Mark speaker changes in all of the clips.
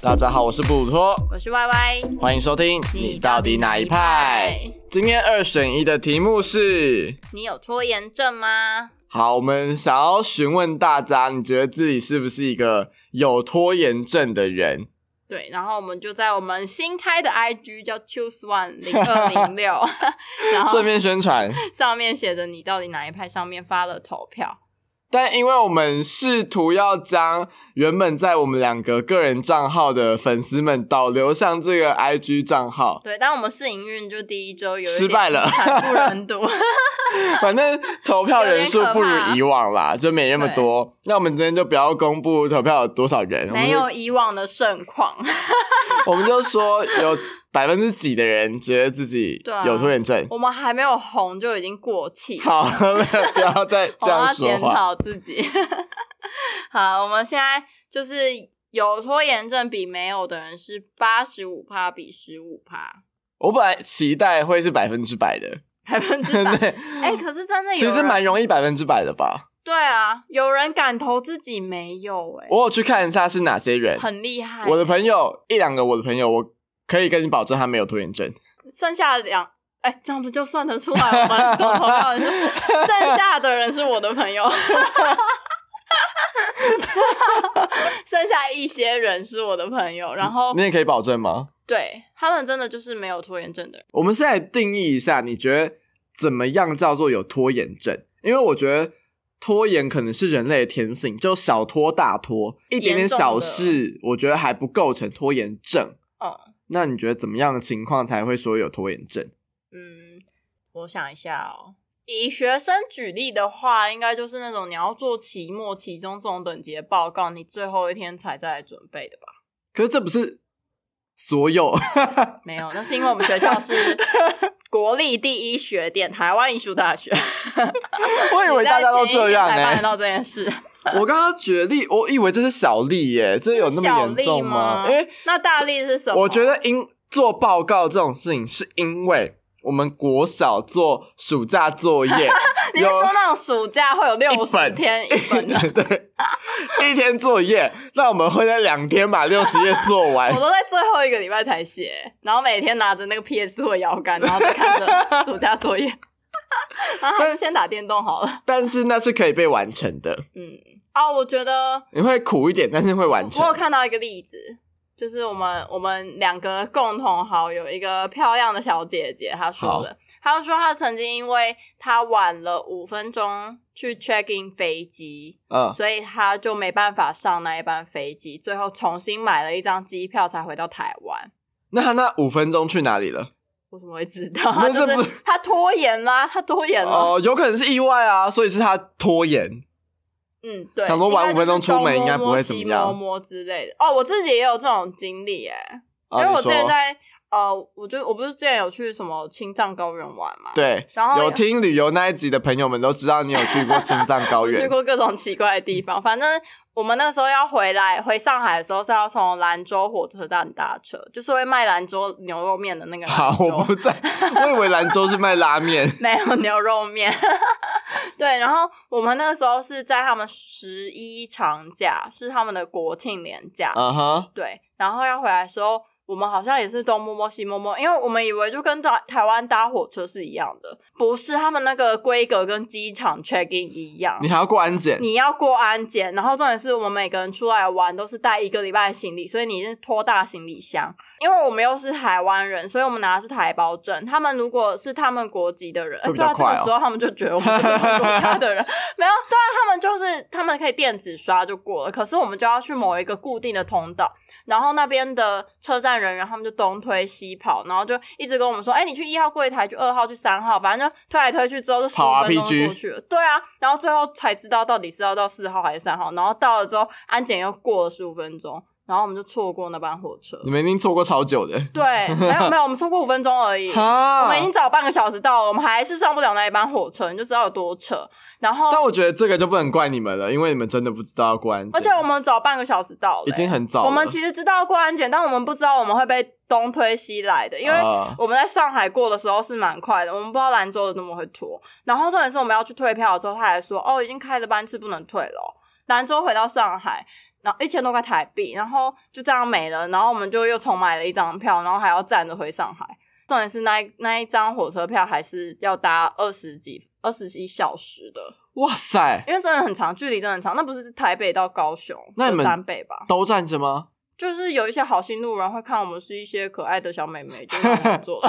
Speaker 1: 大家好，我是布鲁托，
Speaker 2: 我是 Y Y，
Speaker 1: 欢迎收听。你到底哪一派？？今天二选一的题目是：
Speaker 2: 你有拖延症吗？
Speaker 1: 好，我们想要询问大家，你觉得自己是不是一个有拖延症的人？
Speaker 2: 对，然后我们就在我们新开的 IG 叫 Choose One 零二 零六，然后
Speaker 1: 顺便宣传，
Speaker 2: 上面写着你到底哪一派，上面发了投票。
Speaker 1: 但因为我们试图要将原本在我们两个个人账号的粉丝们导流向这个 IG 账 号，
Speaker 2: 对，但我们试营运就第一周有一点
Speaker 1: 失败了
Speaker 2: 惨不忍 睹。
Speaker 1: 反正投票人数不如
Speaker 2: 有点可怕
Speaker 1: 以往啦，就没那么
Speaker 2: 对
Speaker 1: 多。那我们今天就不要公布投票有多少人，我们
Speaker 2: 没
Speaker 1: 就
Speaker 2: 有以往的盛况，
Speaker 1: 我们就说有百分之几的人觉得自己
Speaker 2: 对啊
Speaker 1: 有拖延症。
Speaker 2: 我们还没有红就已经过气，
Speaker 1: 好，没有不要再这
Speaker 2: 我
Speaker 1: 样
Speaker 2: 们要
Speaker 1: 说
Speaker 2: 检
Speaker 1: 话。
Speaker 2: 讨自己。 好，我们现在就是有拖延症比没有的人是八十五趴比十五趴，
Speaker 1: 我本来期待会是百分之百的，
Speaker 2: 百 分之百。
Speaker 1: 对，
Speaker 2: 哎、可是真的有
Speaker 1: 其
Speaker 2: 人
Speaker 1: 实蛮容易百分之百的吧。
Speaker 2: 对啊，有人敢投自己没有哎、
Speaker 1: 我有去看一下是哪些人，
Speaker 2: 很厉害、
Speaker 1: 我的朋友一两个，我的朋友，我可以跟你保证他没有拖延症。
Speaker 2: 剩下的两。哎、这样不就算得出来我们总投票人数？剩下的人是我的朋友， 剩下一些人是我的朋友，然后
Speaker 1: 你也可以保证吗？
Speaker 2: 对他们真的就是没有拖延症的人。
Speaker 1: 我们现在定义一下，你觉得怎么样叫做有拖延症？因为我觉得拖延可能是人类的天性，就小拖大拖，一点点小事，我觉得还不构成拖延症。
Speaker 2: 哦，
Speaker 1: 那你觉得怎么样的情况才会说有拖延症？
Speaker 2: 嗯，我想一下哦。以学生举例的话，应该就是那种你要做期末、期中这种等级的报告，你最后一天才再来准备的吧？
Speaker 1: 可是这不是所 有，
Speaker 2: 没有，那是因为我们学 校是国立第一学店——台湾艺术大学。
Speaker 1: 我 以为大家都这样
Speaker 2: 你在前一天才
Speaker 1: 哎、
Speaker 2: 办得到这件事，
Speaker 1: 我刚刚举例，我以为这是小例耶、这有那么严重
Speaker 2: 吗？
Speaker 1: 因为
Speaker 2: 那大力是什么？
Speaker 1: 我觉得因做报告这种事情，是因为我们国小做暑假作业
Speaker 2: 你是
Speaker 1: 有
Speaker 2: 说那种暑假会有六
Speaker 1: 一
Speaker 2: 十
Speaker 1: 本
Speaker 2: 天一本的，
Speaker 1: 对一天作业，那我们会在两天把六十页做完
Speaker 2: 我。都在最后一个礼拜才写，然后每天拿着那个 PS 或摇杆，然后就看着暑假作业。 然后还是先打电动好了。
Speaker 1: 但是那是可以被完成的，
Speaker 2: 嗯，哦，我觉得
Speaker 1: 你会苦一点，但是会完
Speaker 2: 我有
Speaker 1: 成。
Speaker 2: 看到一个例子，就是我们我们两个共同好友，一个漂亮的小姐姐，她说的，她就说她曾经因为她晚了五分钟去 check in 飞机，
Speaker 1: 嗯，
Speaker 2: 所以她就没办法上那一班飞机，最后重新买了一张机票才回到台湾。
Speaker 1: 那他那五分钟去哪里了？
Speaker 2: 我怎么会知道？
Speaker 1: 那
Speaker 2: 他
Speaker 1: 这
Speaker 2: 就
Speaker 1: 不
Speaker 2: 是他拖延啦，他拖延了。
Speaker 1: 哦、有可能是意外啊，所以是他拖延。
Speaker 2: 嗯，对，
Speaker 1: 想说晚
Speaker 2: 应该就是
Speaker 1: 5分钟出门应该不会怎
Speaker 2: 东
Speaker 1: 么
Speaker 2: 摸
Speaker 1: 样
Speaker 2: 摸西摸摸之类的。哦，我自己也有这种经历哎，因
Speaker 1: 啊，
Speaker 2: 为
Speaker 1: 你
Speaker 2: 我之前
Speaker 1: 说
Speaker 2: 在呃，我就我不是之前有去什么青藏高原玩嘛，，
Speaker 1: 对，
Speaker 2: 然后
Speaker 1: 有听旅游那一集的朋友们都知道你有去过青藏高
Speaker 2: 我
Speaker 1: 原
Speaker 2: 去，过各种奇怪的地方。反正我们那时候要回来回上海的时候是要从兰州火车站搭车，就是会卖兰州牛肉面的那个兰
Speaker 1: 好，我
Speaker 2: 州。
Speaker 1: 不在，我以为兰州是卖拉面
Speaker 2: 没有牛肉面。 对，然后我们那个时候是在他们十一长假，是他们的国庆连假。
Speaker 1: 啊哈，
Speaker 2: 对，然后要回来的时候，我们好像也是东摸摸西摸摸，因为我们以为就跟台台湾搭火车是一样的，不是他们那个规格跟机场 check in 一样
Speaker 1: 你。还要过安检？
Speaker 2: 你要过安检，然后重点是我们每个人出来玩都是带一个礼拜的行李，所以你是拖大行李箱。因为我们又是台湾人，所以我们拿的是台胞证。他们如果是他们国籍的人，
Speaker 1: 会比
Speaker 2: 对啊
Speaker 1: 较快哦
Speaker 2: 这个时候他们就觉得我们是不同国家的人。 没有，当然他们就是他们可以电子刷就过了，可是我们就要去某一个固定的通道，然后那边的车站人员他们就东推西跑，然后就一直跟我们说：“哎、你去一号柜台，去二号，去三号，反正就推来推去之后就十
Speaker 1: 跑
Speaker 2: 五分钟
Speaker 1: RPG
Speaker 2: 就过去了。”对啊，然后最后才知道到底是要到四号还是三号，然后到了之后安检又过了十五分钟，然后我们就错过那班火车
Speaker 1: 你。们一定错过超久的。
Speaker 2: 对，没有没有，我们错过五分钟而已。
Speaker 1: 哈，
Speaker 2: 我们已经早半个小时到了，我们还是上不了那一班火车，你就知道有多扯。然后，
Speaker 1: 但我觉得这个就不能怪你们了，因为你们真的不知道要过安检，
Speaker 2: 而且我们早半个小时到了、
Speaker 1: 已经很早了。
Speaker 2: 我们其实知道过安检，但我们不知道我们会被东推西来的，因为
Speaker 1: 啊
Speaker 2: 我们在上海过的时候是蛮快的，我们不知道兰州的那么会拖。然后重点是我们要去退票的时候，他还说哦，已经开的班次不能退了哦。兰州回到上海，然后一千多块台币，然后就这样没了。然后我们就又重买了一张票，然后还要站着回上海。重点是那一那一张火车票还是要搭二十几、二十一小时的，
Speaker 1: 哇塞，
Speaker 2: 因为真的很长，距离真的很长。那不是台北到高雄，
Speaker 1: 那你们
Speaker 2: 就三倍吧？
Speaker 1: 都站着吗？
Speaker 2: 就是有一些好心路人会看我们是一些可爱的小妹妹，就让我们坐了，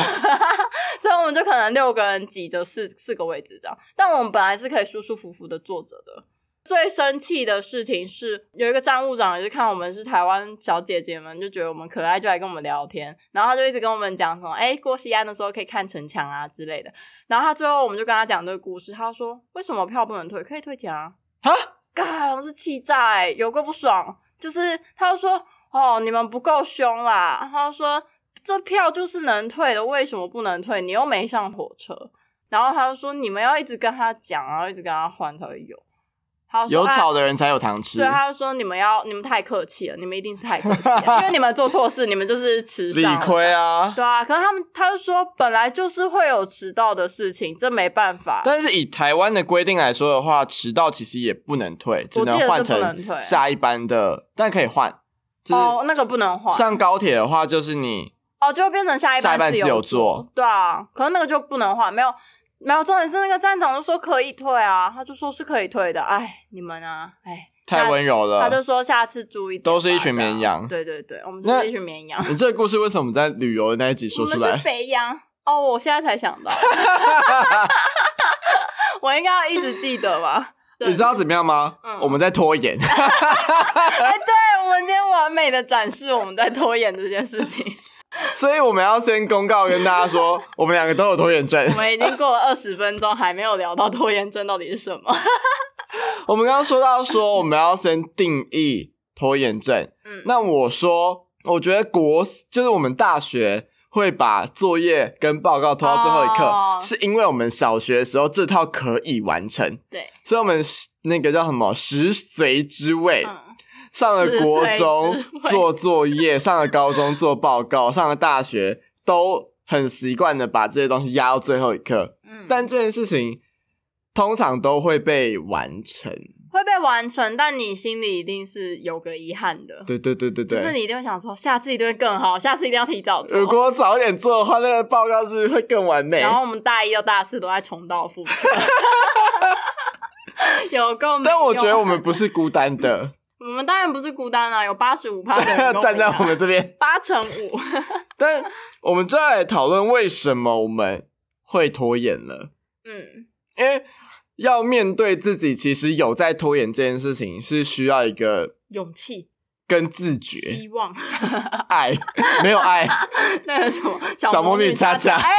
Speaker 2: 所以我们就可能六个人挤着四四个位置这样。但我们本来是可以舒舒服服的坐着的。最生气的事情是，有一个站务长也是看我们是台湾小姐姐们，就觉得我们可爱，就来跟我们聊天，然后他就一直跟我们讲什么，哎、过西安的时候可以看城墙啊之类的。然后他最后我们就跟他讲这个故事，他说为什么票不能退，可以退钱啊？
Speaker 1: 啊，
Speaker 2: 干，我是气炸、欸，有够不爽。就是他就说，哦，你们不够凶啦。他就说，这票就是能退的，为什么不能退？你又没上火车。然后他就说，你们要一直跟他讲，然后一直跟他换才会有。他就说
Speaker 1: 有吵
Speaker 2: 啊
Speaker 1: 的人才有糖吃
Speaker 2: 对，。他就说你们要，你们太客气了，你们一定是太客气了， 因为你们做错事，你们就是迟
Speaker 1: 理
Speaker 2: 上了。
Speaker 1: 亏啊！
Speaker 2: 对啊，可是他们他就说本来就是会有迟到的事情，这没办法。
Speaker 1: 但是以台湾的规定来说的话，迟到其实也不能退，只
Speaker 2: 我记得
Speaker 1: 能
Speaker 2: 是
Speaker 1: 换
Speaker 2: 不能退
Speaker 1: 成下一班的，但可以换。就是
Speaker 2: 哦，那个不能换。
Speaker 1: 像高铁的话，就是你
Speaker 2: 哦，就变成下一
Speaker 1: 下一班
Speaker 2: 班
Speaker 1: 自由
Speaker 2: 由
Speaker 1: 坐
Speaker 2: 对啊，可是那个就不能换，没有没有，重点是那个站长就说可以退啊，他就说是可以退的，哎，你们啊，哎，
Speaker 1: 太温柔
Speaker 2: 他，
Speaker 1: 了
Speaker 2: 他。就说下次注意点
Speaker 1: 啊
Speaker 2: 吧，
Speaker 1: 都是一群
Speaker 2: 这样
Speaker 1: 绵羊
Speaker 2: 对对对，我们
Speaker 1: 那
Speaker 2: 就是一群绵羊，
Speaker 1: 你这个故事为什么在旅游的那一集
Speaker 2: 我
Speaker 1: 说
Speaker 2: 们
Speaker 1: 出
Speaker 2: 是
Speaker 1: 来？
Speaker 2: 肥羊。哦，我现在才想 到， 我应该要一直记得吧？对
Speaker 1: 你知道怎么样吗？
Speaker 2: 嗯
Speaker 1: 我们在拖延。
Speaker 2: 哎，对，我们今天完美的展示我们在拖延这件事情。
Speaker 1: 所以我们要先公告跟大家说，我们两个都有拖延 症
Speaker 2: 我。们已经过了二十分钟，还没有聊到拖延症到底是什 么。
Speaker 1: 我们刚刚说到说，我们要先定义拖延症。
Speaker 2: 嗯，
Speaker 1: 那我说，我觉得国就是我们大学会把作业跟报告拖到最后一刻，
Speaker 2: 哦
Speaker 1: 是因为我们小学的时候这套可以完成，
Speaker 2: 对，
Speaker 1: 所以我们是那个叫什么食髓知味。
Speaker 2: 嗯。
Speaker 1: 上了国中
Speaker 2: 食髓知味
Speaker 1: 做作业，上了高中做报 告，上了大学都很习惯的把这些东西压到最后一刻。
Speaker 2: 嗯，
Speaker 1: 但这件事情通常都会被完成。
Speaker 2: 会被完成，但你心里一定是有个遗憾的，
Speaker 1: 对对对对对。
Speaker 2: 就是你一定会想说，下次一定会更好，下次一定要提早做。
Speaker 1: 如果早点做的话，那个报告是不是会更完美？
Speaker 2: 然后我们大一到大四都在重蹈覆 辙，有够没用。
Speaker 1: 但我觉得我们不是孤单的，
Speaker 2: 我们当然不是孤单啊，有八十五趴
Speaker 1: 站在我们这边。
Speaker 2: 八成五，
Speaker 1: 但我们再来讨论为什么我们会拖延了，
Speaker 2: 嗯，
Speaker 1: 因为要面对自己其实有在拖延这件事情，是需要一个
Speaker 2: 勇气、
Speaker 1: 跟自觉、
Speaker 2: 希望，
Speaker 1: 爱， 没有爱，
Speaker 2: 那个什么
Speaker 1: 小魔
Speaker 2: 魔
Speaker 1: 女
Speaker 2: 恰
Speaker 1: 恰恰
Speaker 2: 哎，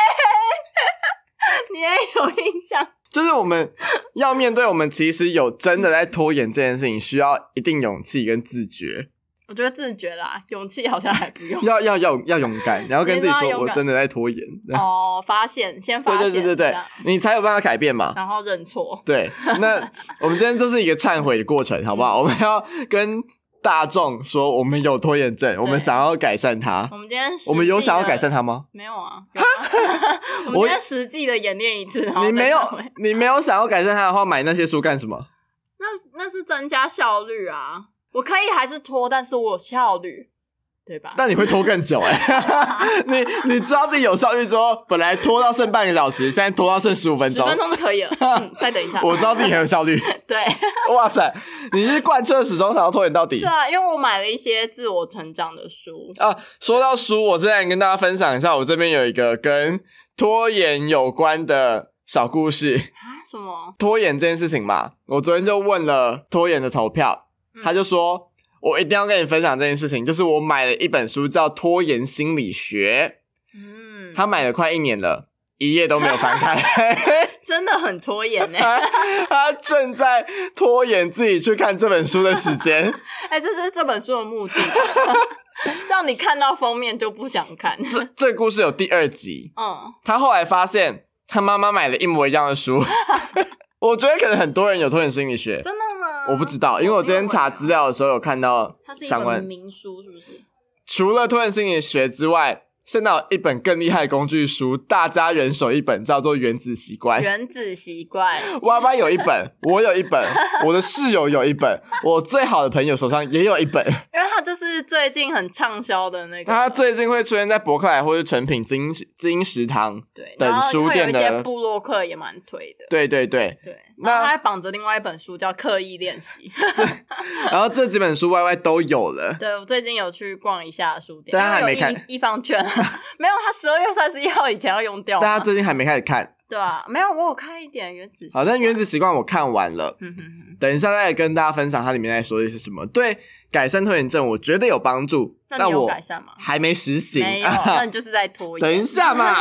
Speaker 2: 你也有印象？
Speaker 1: 就是我们要面对我们其实有真的在拖延这件事情，需要一定勇气跟自觉。
Speaker 2: 我觉得自觉啦，勇气好像还不用。
Speaker 1: 要要要要勇 敢，然后跟自己
Speaker 2: 你也是
Speaker 1: 说，
Speaker 2: 要
Speaker 1: 我
Speaker 2: 勇敢
Speaker 1: 真的在拖延。
Speaker 2: 哦，发现先发
Speaker 1: 对
Speaker 2: 现，
Speaker 1: 对对对对
Speaker 2: 这样，
Speaker 1: 你才有办法改变嘛。
Speaker 2: 然后认错，
Speaker 1: 对，那我们今天就是一个忏悔的过程，好不
Speaker 2: 嗯
Speaker 1: 好？我们要跟大众说，我们有拖延症，我们想要改善它
Speaker 2: 我。们今天实际
Speaker 1: 我们有想要
Speaker 2: 的
Speaker 1: 改善它吗？
Speaker 2: 没有啊？有吗 我们今天实际的演练一次，然后
Speaker 1: 你没有
Speaker 2: 再忏悔，
Speaker 1: 你没有想要改善它的话，买那些书干什么？
Speaker 2: 那那是增加效率啊！我可以还是拖，但是我有效率，对吧？
Speaker 1: 但你会拖更久哎、 你你知道自己有效率之后，本来拖到剩半个小时，现在拖到剩十五分
Speaker 2: 十
Speaker 1: 钟。
Speaker 2: 分钟就可 以了。嗯，再等一下。
Speaker 1: 我知道自己很有效 率，
Speaker 2: 对
Speaker 1: 哇塞！你是贯彻始终，想要拖延到底
Speaker 2: 对。啊，因为我买了一些自我成长的书，
Speaker 1: 啊，说到书，我之前跟大家分享一下，我这边有一个跟拖延有关的小故事。
Speaker 2: 啊，什么？
Speaker 1: 拖延这件事情嘛，我昨天就问了拖延的投票，
Speaker 2: 嗯
Speaker 1: 他就说我一定要跟你分享这件事情，就是我买了一本书叫《拖延心理学》，
Speaker 2: 嗯，
Speaker 1: 他买了快一年了。一页都没有翻开，
Speaker 2: 真的很拖延呢、欸
Speaker 1: 他他正在拖延自己去看这本书的时 间。
Speaker 2: 哎、这是这本书的目的， 让你看到封面就不想看。
Speaker 1: 这这故事有第二集，
Speaker 2: 嗯，
Speaker 1: 他后来发现他妈妈买了一模一样的 书。我觉得可能很多人有拖延心理学，
Speaker 2: 真的吗？
Speaker 1: 我不知道，因为我今天查资料的时候有看到
Speaker 2: 啊它是一
Speaker 1: 相
Speaker 2: 本
Speaker 1: 关。
Speaker 2: 名书，是不是？
Speaker 1: 除了拖延心理学之外，现在有一本更厉害的工具书，大家人手一本，叫做《原子习惯》。
Speaker 2: 原子习 惯，
Speaker 1: Y Y 有一 本，我有一本，我的室友有一本，我最好的朋友手上也有一 本。
Speaker 2: 因为它就是最近很畅销的那个。
Speaker 1: 它最近会出现在博客来或是成品金金石堂。
Speaker 2: 对，
Speaker 1: 等
Speaker 2: 然后
Speaker 1: 书
Speaker 2: 会有
Speaker 1: 店
Speaker 2: 一
Speaker 1: 的
Speaker 2: 些部落客也蛮推的。
Speaker 1: 对对对，
Speaker 2: 对，
Speaker 1: 那
Speaker 2: 然后它还绑着另外一本书叫《刻意练习》。
Speaker 1: 然后这几本书 Y Y 都有了。
Speaker 2: 对我最近有去逛一下书店，
Speaker 1: 但它还
Speaker 2: 因为
Speaker 1: 没
Speaker 2: 有
Speaker 1: 看
Speaker 2: 一一方券，啊 没有，它十二月三十一号以前要用掉嘛。
Speaker 1: 大家最近还没开始看，
Speaker 2: 对啊，没有，我有看一点原子习
Speaker 1: 好，
Speaker 2: 惯。
Speaker 1: 但《原子习惯》我看完了，
Speaker 2: 嗯哼哼，
Speaker 1: 等一下再跟大家分享它里面在说的是什么。对改善拖延症，我觉得有帮助，
Speaker 2: 那你
Speaker 1: 但
Speaker 2: 有
Speaker 1: 我
Speaker 2: 改善吗？
Speaker 1: 还没实行。
Speaker 2: 没有，那你就是在拖延。
Speaker 1: 等一下嘛。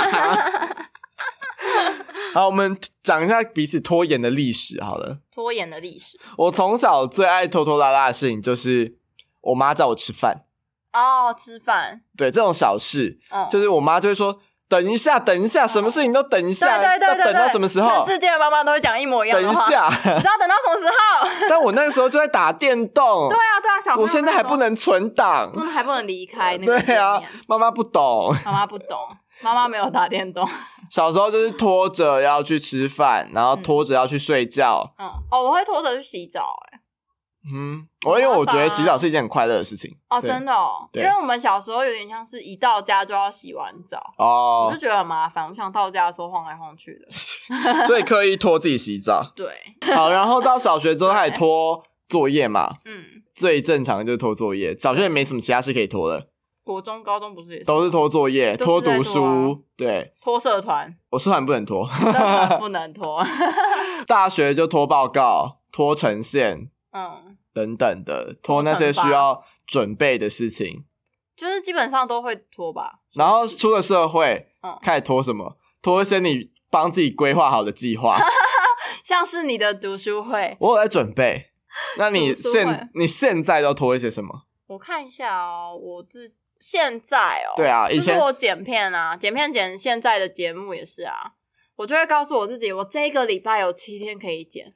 Speaker 1: 好，我们讲一下彼此拖延的历史好了。
Speaker 2: 拖延的历史
Speaker 1: 我从小最爱拖拖拉拉的事情就是我妈叫我吃饭，
Speaker 2: 哦，吃饭，
Speaker 1: 对这种小事，
Speaker 2: 嗯，
Speaker 1: 就是我妈就会说等一下，等一下，什么事情都等一
Speaker 2: 对
Speaker 1: 下，
Speaker 2: 对对对
Speaker 1: 要
Speaker 2: 对，
Speaker 1: 等到什么时候
Speaker 2: 全？世界的妈妈都会讲一模一样
Speaker 1: 等
Speaker 2: 的
Speaker 1: 一
Speaker 2: 话。
Speaker 1: 下，
Speaker 2: 你知道等到什么时候？
Speaker 1: 但我那个时候就在打电动
Speaker 2: 对，啊，对啊，小朋友
Speaker 1: 我现在还不能存
Speaker 2: 不
Speaker 1: 档。
Speaker 2: 能还不能离开那个界
Speaker 1: 对啊
Speaker 2: 面。，
Speaker 1: 妈妈不懂，
Speaker 2: 妈妈不懂，妈妈没有打电动。
Speaker 1: 小时候就是拖着要去吃饭，然后拖着要去睡觉。
Speaker 2: 嗯，哦，我会拖着去洗澡、哎，
Speaker 1: 嗯，我因为我觉得洗澡是一件很快乐的事情。
Speaker 2: 哦，
Speaker 1: 所以
Speaker 2: 真的哦，因
Speaker 1: 对
Speaker 2: 为我们小时候有点像是一到家就要洗完澡，我
Speaker 1: 哦
Speaker 2: 就，觉得很麻烦，我想到家的时候晃来晃去的。。
Speaker 1: 所以刻意拖自己洗澡
Speaker 2: 对，
Speaker 1: 好，然后到小学之后开始拖作业嘛，
Speaker 2: 嗯，
Speaker 1: 最正常的就是拖作业。小学也没什么其他事可以拖了，
Speaker 2: 国中、高中不是也是
Speaker 1: 都是拖作业、
Speaker 2: 都是
Speaker 1: 拖读
Speaker 2: 在拖啊
Speaker 1: 书。对，
Speaker 2: 拖 社团，
Speaker 1: 我社团不能拖，
Speaker 2: 社团不能拖。
Speaker 1: 大学就拖报告、拖呈现
Speaker 2: 嗯，
Speaker 1: 等等的，拖
Speaker 2: 拖
Speaker 1: 那些
Speaker 2: 惩罚
Speaker 1: 需要准备的事情。
Speaker 2: 就是基本上都会拖吧。
Speaker 1: 然后出了社会，
Speaker 2: 嗯，
Speaker 1: 开始拖什么？拖一些你帮自己规划好的计划。
Speaker 2: 像是你的读书会，
Speaker 1: 我有在准 备。那你
Speaker 2: 读书
Speaker 1: 现
Speaker 2: 会
Speaker 1: 你现在都拖一些什 么？
Speaker 2: 我看一下哦，我自现在哦，
Speaker 1: 对啊以
Speaker 2: 就
Speaker 1: 前
Speaker 2: 是我剪片啊，剪片剪现在的节目也是啊，我就会告诉我自己，我这个礼拜有七天可以 剪，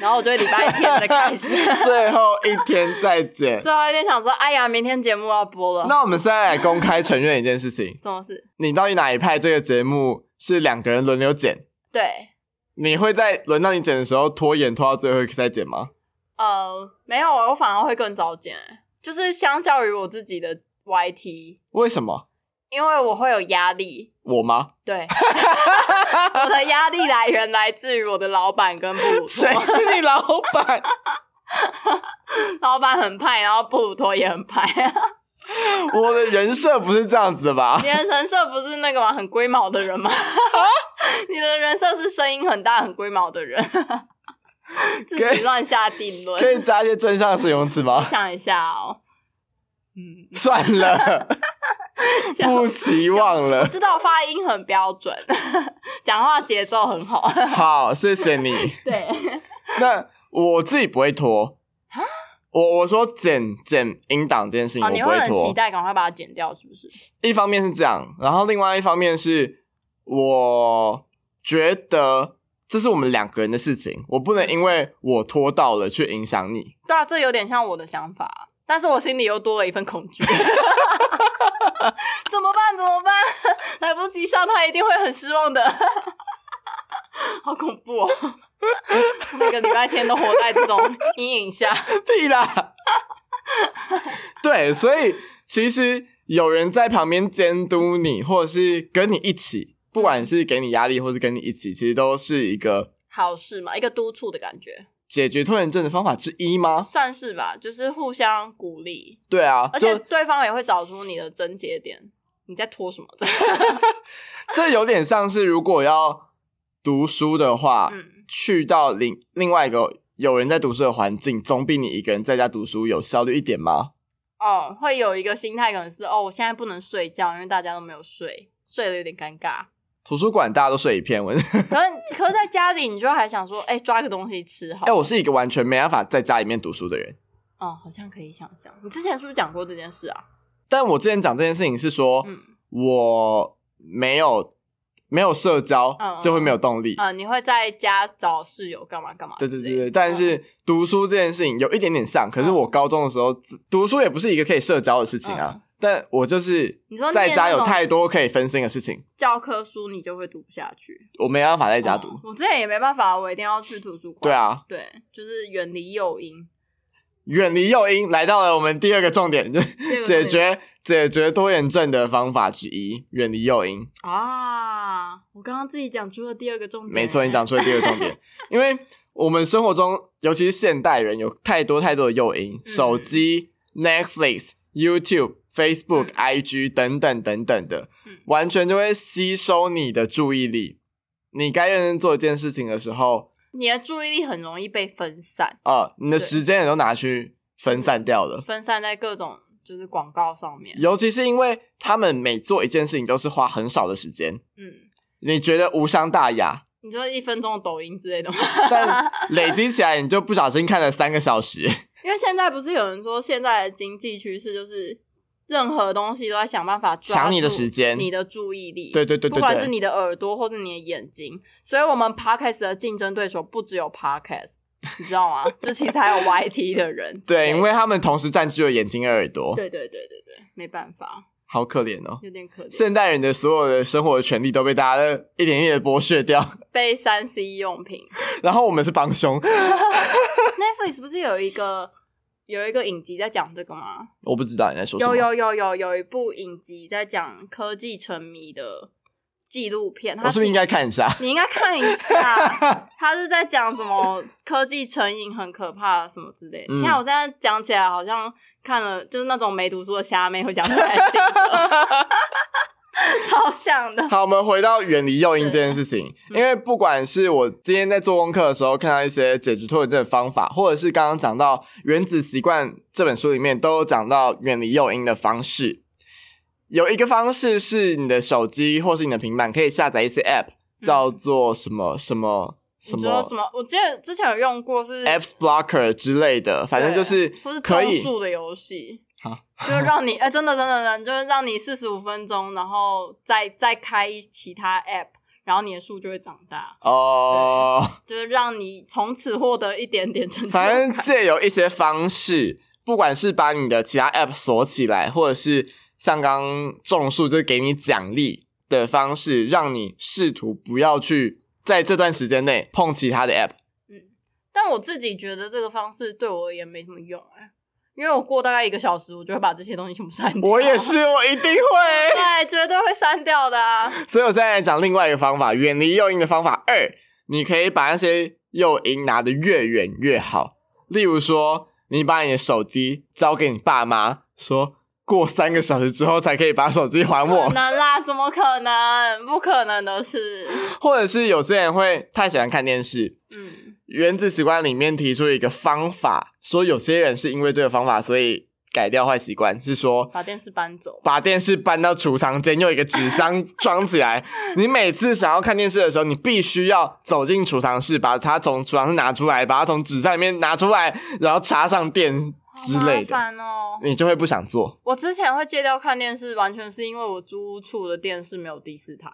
Speaker 2: 然后我就会礼拜天再开始，
Speaker 1: 最后一天再 见。
Speaker 2: 最后一天想说，哎呀，明天节目要播了，
Speaker 1: 那我们现在来公开承认一件事情：
Speaker 2: 什么事？
Speaker 1: 你到底哪一派这个节目是两个人轮流剪？
Speaker 2: 对，
Speaker 1: 你会在轮到你剪的时候拖延拖到最后一刻再剪吗？
Speaker 2: 呃，没有，我反而会更早剪，就是相较于我自己的 YT，
Speaker 1: 为什么？
Speaker 2: 因为我会有压力。
Speaker 1: 我吗？
Speaker 2: 对， 我的压力来源来自于我的老板跟布 鲁
Speaker 1: 谁
Speaker 2: 托。
Speaker 1: 是你老 板？
Speaker 2: 老板很派，然后布鲁托也很派。
Speaker 1: 我的人设不是这样子的吧
Speaker 2: 你？的人设不是那个吗？很龟毛的人吗？ 你的人设是声音很大、很龟毛的人， 自
Speaker 1: 可以
Speaker 2: 己乱下定
Speaker 1: 可以
Speaker 2: 论。
Speaker 1: 加一些正向的形容词 吗？
Speaker 2: 想一下哦，嗯，
Speaker 1: 算了，
Speaker 2: 想
Speaker 1: 不期望
Speaker 2: 我
Speaker 1: 了。
Speaker 2: 知道发音很标准， 讲话节奏很好。
Speaker 1: 好，谢谢你。
Speaker 2: 对，
Speaker 1: 那我自己不会拖。我我说剪剪音档这件事情，
Speaker 2: 哦，
Speaker 1: 我
Speaker 2: 你
Speaker 1: 不
Speaker 2: 会
Speaker 1: 会
Speaker 2: 很期
Speaker 1: 拖。
Speaker 2: 待赶快把它剪掉，是不是？
Speaker 1: 一方面是这样，然后另外一方面是，我觉得这是我们两个人的事情，我不能因为我拖到了去影响你。
Speaker 2: 对啊，这有点像我的想法，啊但是我心里又多了一份恐惧。 怎么办？怎么办？来不及上，他一定会很失望的。好恐怖哦！每个礼拜天都活在这种阴影下。
Speaker 1: 屁啦！ 对，所以其实有人在旁边监督你，或者是跟你一起，不管是给你压力，或是跟你一起，其实都是一个
Speaker 2: 好事嘛，一个督促的感觉，
Speaker 1: 解决拖延症的方法之一吗？
Speaker 2: 算是吧，就是互相鼓励，
Speaker 1: 对啊，
Speaker 2: 而
Speaker 1: 就
Speaker 2: 且对方也会找出你的症结点，你在拖什么的。
Speaker 1: 这有点像是，如果要读书的话，
Speaker 2: 嗯，
Speaker 1: 去到另另外一个有人在读书的环境，总比你一个人在家读书有效率一点吗？
Speaker 2: 哦，会有一个心态，可能是哦，我现在不能睡觉，因为大家都没有睡，睡了有点尴尬。
Speaker 1: 图书馆大家都睡一片，我 哎、
Speaker 2: 可是可是在家里，你就还想说，哎、抓个东西吃好。
Speaker 1: 哎我是一个完全没办法在家里面读书的人。
Speaker 2: 哦，好像可以想象。你之前是不是讲过这件事啊？
Speaker 1: 但我之前讲这件事情是说，
Speaker 2: 嗯
Speaker 1: 我没有没有社交，
Speaker 2: 嗯嗯
Speaker 1: 就会没有动力。
Speaker 2: 啊、你会在家找室友干嘛干嘛之
Speaker 1: 对
Speaker 2: 类
Speaker 1: 对
Speaker 2: 的？
Speaker 1: 对对，但是读书这件事情有一点点像，可是
Speaker 2: 嗯
Speaker 1: 我高中的时候、读书也不是一个可以社交的事情啊，
Speaker 2: 嗯
Speaker 1: 但我就是
Speaker 2: 你说
Speaker 1: 在
Speaker 2: 念
Speaker 1: 家
Speaker 2: 那
Speaker 1: 有
Speaker 2: 种
Speaker 1: 太多可以分心的事情，
Speaker 2: 教科书你就会读不下去。
Speaker 1: 我没办法在家读。
Speaker 2: 哦我之前也没办法，我一定要去图书馆。
Speaker 1: 对，啊，
Speaker 2: 对，就是远离诱因，
Speaker 1: 远离诱因，来到了我们第二个重点，就
Speaker 2: 这 个
Speaker 1: 解
Speaker 2: 是
Speaker 1: 决解决多眼症的方法之一，远离诱因。
Speaker 2: 啊！我刚刚自己讲出了第二个重点，
Speaker 1: 没错，你讲出了第二个重点， 因为我们生活中，尤其是现代人，有太多太多的诱因，
Speaker 2: 嗯
Speaker 1: 手机、Netflix、YouTube、Facebook、
Speaker 2: 嗯
Speaker 1: IG 等等等等的
Speaker 2: 嗯，
Speaker 1: 完全就会吸收你的注意力。你该认真做一件事情的时候，
Speaker 2: 你的注意力很容易被分散，
Speaker 1: 呃，你的
Speaker 2: 对
Speaker 1: 时间也都拿去分散掉了。
Speaker 2: 分散在各种就是广告上面。
Speaker 1: 尤其是因为他们每做一件事情都是花很少的时间，
Speaker 2: 嗯，
Speaker 1: 你觉得无伤大 雅，
Speaker 2: 你说一分钟的抖音之类的吗？
Speaker 1: 但累积起来你就不小心看了三个小时。
Speaker 2: 因为现在不是有人说现在的经济趋势就是任何东西都在想办法抓
Speaker 1: 抢你的
Speaker 2: 住
Speaker 1: 时间
Speaker 2: 你的注意力，
Speaker 1: 对对对
Speaker 2: 不
Speaker 1: 对
Speaker 2: 管是
Speaker 1: 对，
Speaker 2: 你的耳朵或者你的眼睛，所以我们 podcast 的竞争对手不只有 podcast，你知道吗？就其实还有 YT 的人之
Speaker 1: 对，
Speaker 2: 类的，
Speaker 1: 因为他们同时占据了眼睛和耳朵，
Speaker 2: 对对对对对，没办法，
Speaker 1: 好可怜哦。
Speaker 2: 有点可怜，
Speaker 1: 现代人的所有的生活的权利都被大家的一点一点的剥削掉，
Speaker 2: 被三 C 用品
Speaker 1: 然后我们是帮凶，
Speaker 2: Netflix 不是有一个有一个影集在讲这个吗？
Speaker 1: 我不知道你在说什
Speaker 2: 有
Speaker 1: 么。
Speaker 2: 有有有有一部影集在讲科技沉迷的纪录片，它
Speaker 1: 我哦是不是应该看一下？
Speaker 2: 你应该看一 下，他是在讲什么科技成瘾很可怕什么之类的。
Speaker 1: 嗯
Speaker 2: 你看我现在讲起来好像看了，就是那种没读书的虾妹会讲出来的 心得，超像 的。
Speaker 1: 好，我们回到远离诱因这件事情，
Speaker 2: 对嗯
Speaker 1: 因为不管是我今天在做功课的时候看到一些解决拖延症的方法，或者是刚刚讲到《原子习惯》这本书里面都有讲到远离诱因的方式。有一个方式是你的手机或是你的平板可以下载一些 App，叫做什么什么什
Speaker 2: 嗯你说
Speaker 1: 么
Speaker 2: 什么？我记得之前有用过是
Speaker 1: Apps Blocker 之类的，反正就是
Speaker 2: 或是
Speaker 1: 可
Speaker 2: 种
Speaker 1: 以
Speaker 2: 树的游戏
Speaker 1: 好，
Speaker 2: 就是让你哎、真的真的真的，就是让你四十五分钟，然后再再开其他 app，然后你的树就会长大，
Speaker 1: 哦。
Speaker 2: 就是让你从此获得一点点成就
Speaker 1: 反
Speaker 2: 感
Speaker 1: 正。借由一些方式，不管是把你的其他 App 锁起来，或者是像刚种树就是给你奖励的方式，让你试图不要去在这段时间内碰其他的 App。
Speaker 2: 但我自己觉得这个方式对我而言没什么用哎、因为我过大概一个小时，我就会把这些东西全部删掉。
Speaker 1: 我也，是，我一定会。
Speaker 2: 对，绝对会删掉的啊。
Speaker 1: 所以我现在来讲另外一个方法，远离诱因的方法二，你可以把那些诱因拿得越远越好。例如说，你把你的手机交给你爸妈，说过三个小时之后才可以把手机还 我
Speaker 2: 不。能啦，怎么可能？不可能的事。
Speaker 1: 或者是有些人会太喜欢看电视，《
Speaker 2: 嗯，
Speaker 1: 原子习惯》里面提出一个方法，说有些人是因为这个方法，所以改掉坏习惯，是说
Speaker 2: 把电视搬走。
Speaker 1: 把电视搬到储藏间，用一个纸箱装起 来。你每次想要看电视的时候，你必须要走进储藏室，把它从储藏室拿出来，把它从纸箱里面拿出来，然后插上电之类
Speaker 2: 好
Speaker 1: 的，
Speaker 2: 麻烦哦。
Speaker 1: 你就会不想做。
Speaker 2: 我之前会戒掉看电视，完全是因为我租屋处的电视没有第四台，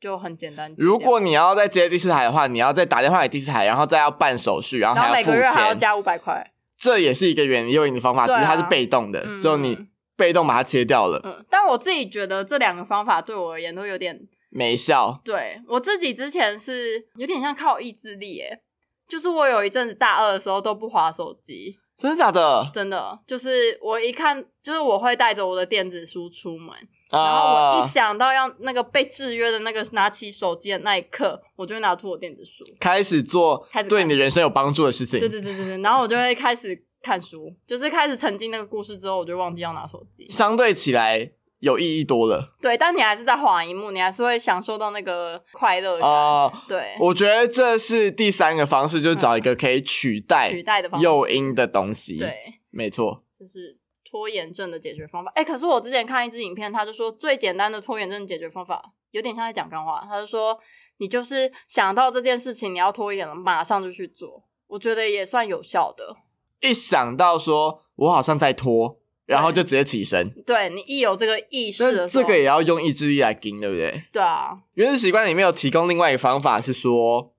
Speaker 2: 就很简单戒掉。
Speaker 1: 如果你要再接第四台的话，你要再打电话给第四台，然后再要办手续，然后
Speaker 2: 然后
Speaker 1: 还要
Speaker 2: 每
Speaker 1: 付
Speaker 2: 个月还要
Speaker 1: 钱。
Speaker 2: 加五百块，
Speaker 1: 这也是一个远离诱因的方法，只
Speaker 2: 对啊
Speaker 1: 是它是被动的，
Speaker 2: 嗯
Speaker 1: 只有你被动把它切掉了，
Speaker 2: 嗯，但我自己觉得这两个方法对我而言都有点
Speaker 1: 没效。
Speaker 2: 对我自己之前是有点像靠意志力，耶，就是我有一阵子大二的时候都不划手机，
Speaker 1: 真的假的？
Speaker 2: 真的，就是我一看，就是我会带着我的电子书出门，然后
Speaker 1: 啊
Speaker 2: 我一想到要那个被制约的那个拿起手机的那一刻，我就会拿出我电子书，
Speaker 1: 开始做
Speaker 2: 开始看
Speaker 1: 对你人生有帮助的事
Speaker 2: 对
Speaker 1: 情。
Speaker 2: 对对对对，然后我就会开始看书，就是开始沉浸那个故事之后，我就忘记要拿手机。
Speaker 1: 相对起来有意义多了
Speaker 2: 对，但你还是在划荧幕，你还是会享受到那个快乐感。
Speaker 1: 啊、
Speaker 2: 对，
Speaker 1: 我觉得这是第三个方式，就是找一个可以取代
Speaker 2: 取代的方式，
Speaker 1: 诱因的东西。，
Speaker 2: 对。
Speaker 1: 没错。
Speaker 2: 就是拖延症的解决方法。哎、可是我之前看一支影片，他就说最简单的拖延症解决方法有点像在讲干话，他就说你就是想到这件事情你要拖延了，马上就去做，我觉得也算有效的。
Speaker 1: 一想到说我好像在拖，然后就直接起身。
Speaker 2: 对你一有这个意识
Speaker 1: 那
Speaker 2: 的时候，
Speaker 1: 这个也要用意志力来盯，对不对？
Speaker 2: 对啊，
Speaker 1: 原子习惯里面有提供另外一个方法是说，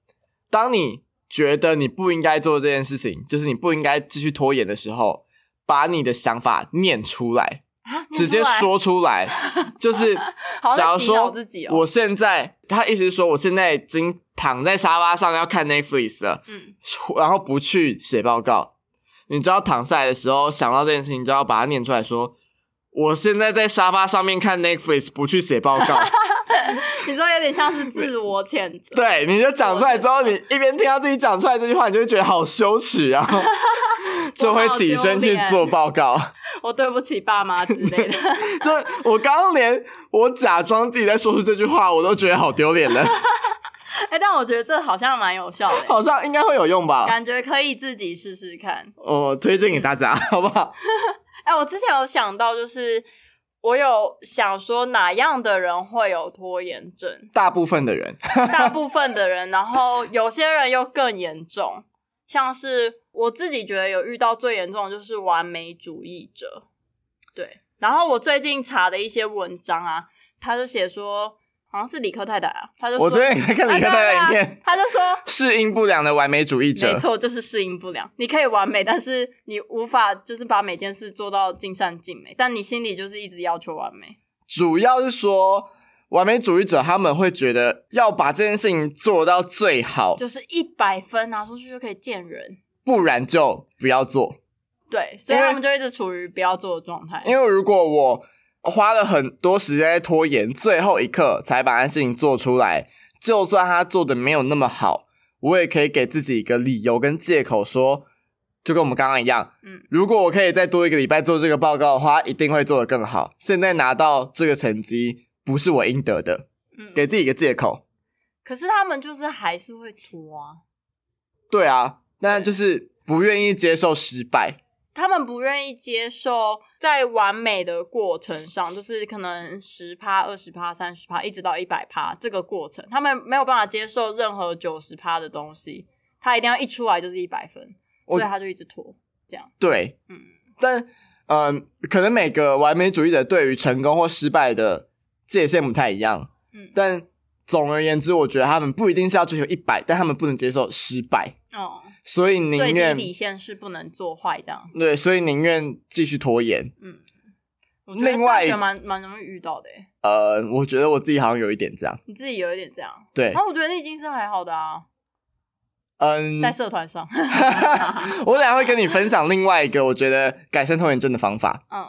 Speaker 1: 当你觉得你不应该做这件事情，就是你不应该继续拖延的时候，把你的想法念出来。
Speaker 2: 啊，
Speaker 1: 直接说出 来，就是
Speaker 2: 好
Speaker 1: 假如
Speaker 2: 像在洗脑
Speaker 1: 说
Speaker 2: 自己哦
Speaker 1: 我现在，他意思是说我现在已经躺在沙发上要看 Netflix 了，
Speaker 2: 嗯，
Speaker 1: 然后不去写报告，你知道躺下来的时候想到这件事情，你就要把它念出来说。我现在在沙发上面看 Netflix，不去写报告。
Speaker 2: 你说有点像是自我谴责，
Speaker 1: 对，你就讲出来之后，你一边听到自己讲出来这句话，你就会觉得好羞耻，然 后就会起身去做报告。
Speaker 2: 我对不起爸妈之类的。
Speaker 1: 就我刚刚连我假装自己在说出这句话，我都觉得好丢脸了。
Speaker 2: 哎、但我觉得这好像蛮有效的，
Speaker 1: 好像应该会有用吧？
Speaker 2: 感觉可以自己试试看。
Speaker 1: 我推荐给大家， 好不好？，
Speaker 2: 哎、我之前有想到，就是我有想说哪样的人会有拖延症
Speaker 1: 大部分的人，
Speaker 2: 大部分的人，然后有些人又更严重，像是我自己觉得有遇到最严重的就是完美主义者，对。然后我最近查的一些文章啊，他就写说，好像是理科太太啊，他就说
Speaker 1: 我昨天也在看李克泰的影
Speaker 2: 啊对啊对
Speaker 1: 片
Speaker 2: 啊，他就说
Speaker 1: 适应不良的完美主义
Speaker 2: 没
Speaker 1: 者。
Speaker 2: 错，就是适应不良。你可以完美，但是你无法就是把每件事做到尽善尽美，但你心里就是一直要求完美。
Speaker 1: 主要是说，完美主义者他们会觉得要把这件事情做到最好，
Speaker 2: 就是一百分拿出去就可以见人。
Speaker 1: 不然就不要做。
Speaker 2: 对，所以
Speaker 1: 因为
Speaker 2: 他们就一直处于不要做的状态。
Speaker 1: 因为如果我花了很多时间在拖延，最后一刻才把那事情做出来，就算他做的没有那么好，我也可以给自己一个理由跟借口说。就跟我们刚刚一样，
Speaker 2: 嗯
Speaker 1: 如果我可以再多一个礼拜做这个报告的话，一定会做得更好。现在拿到这个成绩不是我应得的，
Speaker 2: 嗯，
Speaker 1: 给自己一个借口。
Speaker 2: 可是他们就是还是会拖啊，
Speaker 1: 对啊，那就是不愿意接受失败。
Speaker 2: 他们不愿意接受在完美的过程上，就是可能十趴、二十趴、三十趴，一直到一百趴这个过程，他们没有办法接受任何九十趴的东西，他一定要一出来就是一百分，
Speaker 1: 我
Speaker 2: 所以他就一直拖。这样，
Speaker 1: 对，
Speaker 2: 嗯，
Speaker 1: 但嗯、可能每个完美主义者对于成功或失败的界限不太一样，
Speaker 2: 嗯
Speaker 1: 但总而言之，我觉得他们不一定是要追求一百，但他们不能接受失败，
Speaker 2: 哦，
Speaker 1: 所以
Speaker 2: 最
Speaker 1: 宁
Speaker 2: 低
Speaker 1: 愿
Speaker 2: 底线是不能做坏这样。
Speaker 1: 对，所以宁愿继续拖延。
Speaker 2: 我觉得
Speaker 1: 另外
Speaker 2: 大学蛮蛮容易遇到的欸，
Speaker 1: 呃，我觉得我自己好像有一点这样，
Speaker 2: 你自己有一点这样。
Speaker 1: 对
Speaker 2: 然，后我觉得你已经是还好的啊，
Speaker 1: 嗯，
Speaker 2: 在社 团上，
Speaker 1: 我等一下会跟你分享另外一个我觉得改善拖延症的方法，
Speaker 2: 嗯，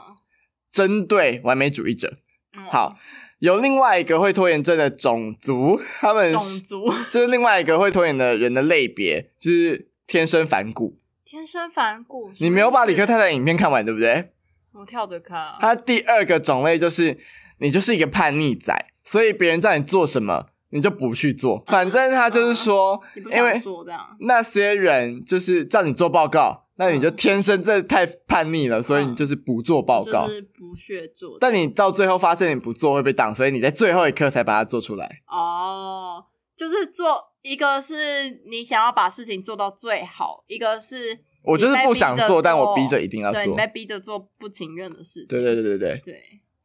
Speaker 1: 针对完美主义者。
Speaker 2: 嗯
Speaker 1: 好，有另外一个会拖延症的种族，他们
Speaker 2: 种
Speaker 1: 是
Speaker 2: 族
Speaker 1: 就是另外一个会拖延的人的类别，就是天生反骨。
Speaker 2: 天生反骨，
Speaker 1: 你没有把理科太太的影片看完，对不对？
Speaker 2: 我跳着看啊，
Speaker 1: 他第二个种类就是你就是一个叛逆仔，所以别人叫你做什么你就不去做。反正他就是说
Speaker 2: 哦你，不
Speaker 1: 因
Speaker 2: 想
Speaker 1: 为
Speaker 2: 做这样，
Speaker 1: 那些人就是叫你做报告，那你就天生这太叛逆了，所以你就是不做报告
Speaker 2: 嗯就。是不屑做这样。
Speaker 1: 但你到最后发现你不做会被挡，所以你在最后一刻才把它做出来。
Speaker 2: 哦，就是做一个是你想要把事情做到最好，一个是
Speaker 1: 我就是
Speaker 2: 你被
Speaker 1: 不
Speaker 2: 逼
Speaker 1: 想
Speaker 2: 着
Speaker 1: 做，但我逼着一定要
Speaker 2: 对，你
Speaker 1: 做
Speaker 2: 被。逼着做不情愿的事情。
Speaker 1: 对对对对对，
Speaker 2: 对。